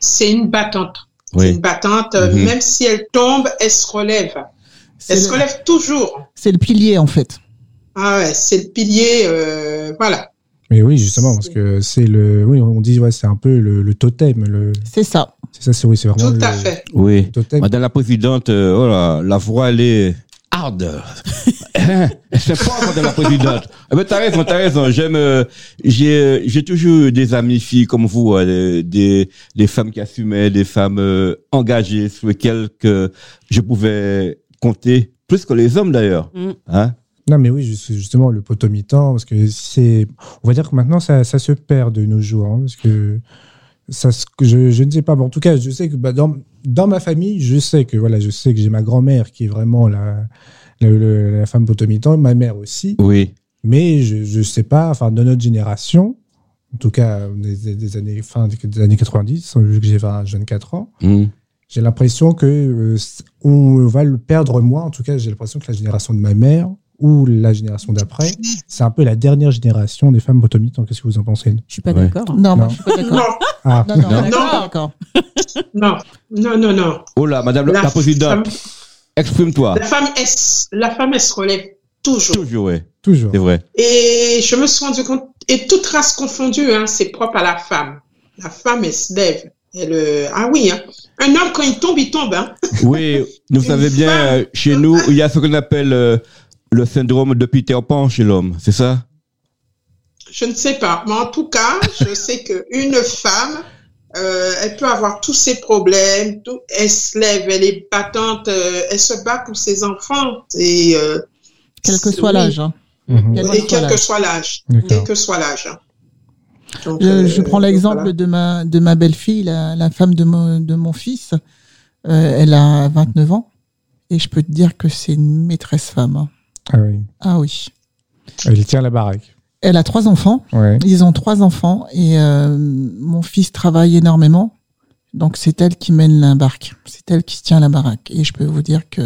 C'est une battante. C'est une battante, euh, Mhm. même si elle tombe, elle se relève. C'est Elle se le, relève toujours. c'est le pilier en fait. Ah ouais, c'est le pilier, euh, voilà. Mais oui, justement, parce que c'est le. Oui, on dit, ouais, c'est un peu le, le totem. Le, C'est ça. c'est ça, c'est oui, c'est vraiment. Tout à le- fait. Oui. le totem. Madame la présidente, euh, oh là, la voix elle est hard. C'est pas madame la présidente. Eh ben, t'as raison, t'as raison. J'aime, euh, j'ai, euh, j'ai toujours eu des amies filles comme vous, euh, des, des femmes qui assumaient, des femmes euh, engagées sur lesquelles que je pouvais compter plus que les hommes d'ailleurs. Mm. Hein? Non, mais oui, ju- justement, le potomitan, parce que c'est. On va dire que maintenant, ça, ça se perd de nos jours. hein, parce que. Ça, se- que je, je ne sais pas, mais en tout cas, je sais que bah, dans, dans ma famille, je sais que voilà, je sais que j'ai ma grand-mère qui est vraiment la, la, le- la femme potomitan, ma mère aussi. Oui. Mais je, je sais pas, enfin, de notre génération, en tout cas des, des- des années, fin des années 90, vu que j'ai 20, j'ai 24 ans, Mm. j'ai l'impression que euh, c- on va le perdre moins. En tout cas, j'ai l'impression que la génération de ma mère ou la génération d'après, c'est un peu la dernière génération des femmes potomitan. Qu'est-ce que vous en pensez Je suis pas Ouais. d'accord. hein. Non, moi, Non. je suis pas d'accord. Non, Ah, Non, non, Non. non, Non. d'accord. non, non, non, non. Oh là, madame la, femme, présidente, exprime-toi. la femme, elle, s- la femme, elle se relève toujours. Toujours, ouais. Toujours. C'est vrai. Et je me suis rendu compte, et toute race confondue, hein, c'est propre à la femme. La femme, elle se lève. Elle, euh, ah oui, hein. un homme, quand il tombe, il tombe. Hein. Oui, nous Une savez bien, femme. euh, chez nous, il y a ce qu'on appelle euh, le syndrome de Peter Pan chez l'homme, c'est ça Je ne sais pas. Mais en tout cas, je sais qu'une femme, euh, elle peut avoir tous ses problèmes, tout, elle se lève, elle est battante, euh, elle se bat pour ses enfants. Et, euh, Quel que c'est- soit oui. l'âge. hein. Mhm. Quel Et que soit quel que l'âge. soit l'âge. Quel D'accord. que soit l'âge. hein. Donc, Je, euh, je prends l'exemple voilà. de ma, de ma belle-fille, la, la femme de mon, de mon fils. Euh, elle a 29 ans. Et je peux te dire que c'est une maîtresse femme. hein. Ah oui. Ah oui. Elle tient la baraque. Elle a trois enfants. Ouais. Ils ont trois enfants. Et euh, mon fils travaille énormément. Donc c'est elle qui mène la barque. C'est elle qui tient la baraque. Et je peux vous dire que.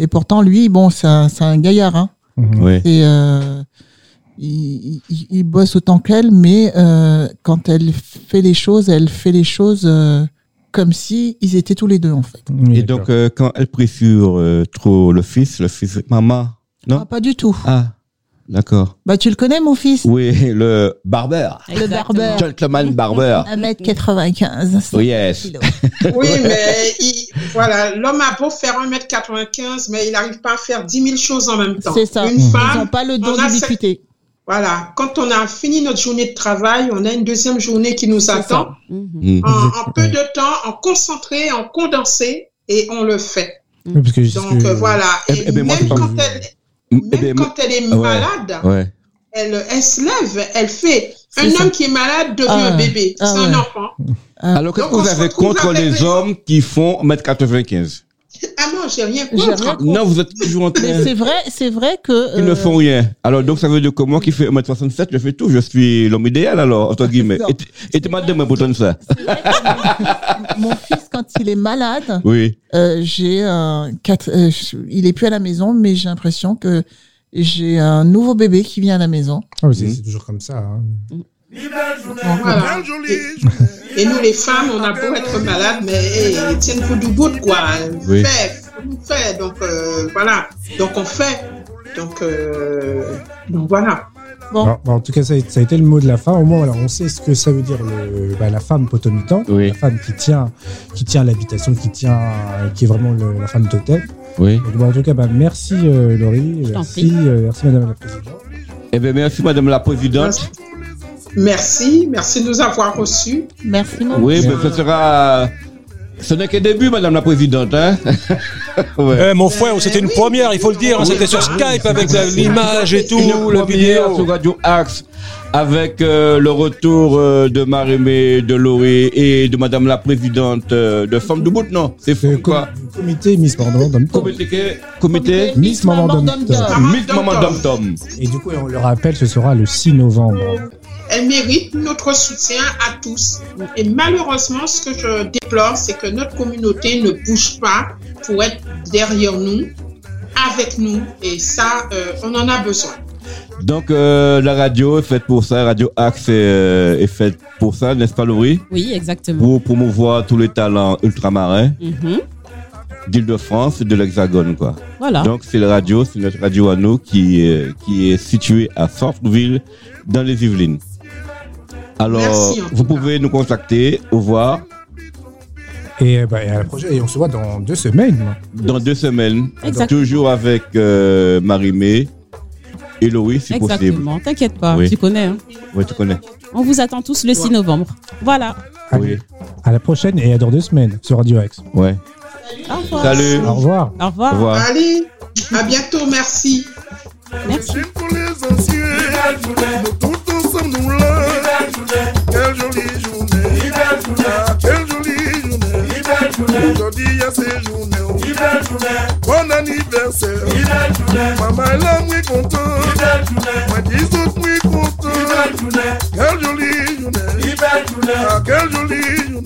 Et pourtant, lui, bon, c'est un, c'est un gaillard. Hein. Mhm. Oui. Et euh, il, il- il bosse autant qu'elle, mais euh, quand elle fait les choses, elle fait les choses euh, comme si ils étaient tous les deux en fait. Oui, Et d'accord. donc, euh, quand elle pressure euh, trop le fils, le fils, maman, non Ah, pas du tout. Ah, d'accord. Bah tu le connais mon fils, Oui, le barbeur, Exactement. Ah. barbeur. gentleman barber. 1m95. Oh, yes. Oui, mais il- voilà, l'homme a beau faire 1m95, mais il n'arrive pas à faire 10 000 choses en même temps. C'est ça. Une Mhm. Ils n'ont femme, pas le On don a d'ubiquité. Voilà, quand on a fini notre journée de travail, on a une deuxième journée qui nous attend. Mhm. Mm. Euh, En, en peu de temps, en concentré, en condensé, et on le fait. Oui, parce que c'est ce Donc que- euh, voilà. Eh- Et, eh ben, moi, même c'est pas- quand elle, Mm, eh même ben, quand elle est ouais. malade, Ouais. elle, elle se lève, elle fait. Un C'est ça. homme qui est malade devient Ah, un bébé, ah c'est un ouais. enfant. Alors, qu'est-ce Donc, que on Ah. vous se avez retrouve contre avec les les- hommes qui font 1m95 Ah non, j'ai rien J'ai contre. rien contre. Non, vous êtes toujours en train. Mais c'est vrai, c'est vrai que. Euh, Ils ne euh, font rien. Alors, donc, ça veut dire que moi qui fais 1m67, je fais tout. Je suis l'homme idéal, alors, entre guillemets. Non. Et tu- Et tu m'as demandé pour donner ça. c'est vrai que mon, mon fils, quand il est malade, Oui. euh, j'ai un quatre. euh, je- il est plus à la maison, mais j'ai l'impression que j'ai un nouveau bébé qui vient à la maison. Ah, mais c'est Mm. Mhm. c'est toujours comme ça. hein. Voilà. Belle jolie journée. Et nous, les femmes, on a beau être malades, mais hey, ils tiennent coup du bout, quoi. Oui. Fait, on fait. Donc, euh, voilà. Donc, on fait. Donc, euh, donc voilà. Bon. Alors, bah, en tout cas, ça a, ça a été le mot de la fin. Au moins, voilà, on sait ce que ça veut dire le, bah, la femme potomitante, Oui. la femme qui tient, qui tient l'habitation, qui tient, qui est vraiment le- la femme totem. Oui. Donc, bah, en tout cas, bah, merci euh, Laurie, t'en merci, prie. euh, merci Madame la Présidente. Eh bien, merci, Madame la Présidente. Merci. Merci de nous avoir reçus. Merci, mon Oui, fils. mais ce sera. Ce n'est que début, Madame la Présidente. Hein ouais. Eh, mon frère, c'était une première, il faut le dire. hein, C'était sur Skype avec Euh, la- l'image et tout, Une la première vidéo. sur Radio Axe avec euh, le retour euh, de Marimé, de Laurie et de Madame la Présidente euh, de Femme de Bout, non C'est fou, Le quoi com- comité Miss Bordeaux dans le temps. Comité. Comité. Miss Maman Dom Tom. Maman Miss Dom Maman Tom. Dom Tom. Et du coup, on le rappelle, ce sera le 6 novembre. Elle mérite notre soutien à tous. Et malheureusement, ce que je déplore, c'est que notre communauté ne bouge pas pour être derrière nous, avec nous. Et ça, euh, on en a besoin. Donc, euh, la radio est faite pour ça. Radio Axe est, euh, est faite pour ça, n'est-ce pas, Laurie Oui, exactement. Pour promouvoir tous les talents ultramarins Mhm. d'Île-de-France et de l'Hexagone, quoi. Voilà. Donc c'est la radio, c'est notre radio à nous qui, euh, qui est située à Centreville dans les Yvelines. Alors Merci, en tout vous cas. pouvez nous contacter, au revoir, Et, euh, bah, et à la prochaine, et on se voit dans deux semaines. dans deux semaines, Exact. toujours avec euh, Marie-Mé et Loïs si possible. Exactement. T'inquiète pas, Oui. tu connais. hein. Oui, tu connais. On vous attend tous le 6 novembre. Voilà. Allez, À la prochaine et à dans deux semaines sur Radio X. Oui, ouais. Au revoir. Salut, Au revoir. Au au revoir. Ah. revoir. Allez, à bientôt. Merci. Merci. J'aime pour les anciens. Nous tous ensemble nous là. Quelle jolie journée. Ah, quelle jolie journée. Aujourd'hui, il y a ces journées. oh. Bon anniversaire. Maman est là, moi content. Moi dis autres, moi content. Quelle jolie journée. Ah, quelle jolie journée.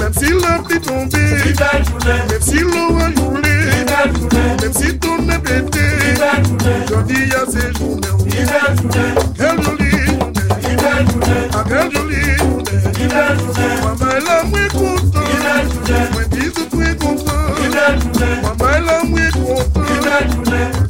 Même si la pluie tombée, même si l'eau a roulé, même si tout n'est pété. Jodi ya se journée, oh. quelle jolie journée, ah quelle jolie journée. Maman est là, moi content, moi bisous, moi content. Maman est là, moi content.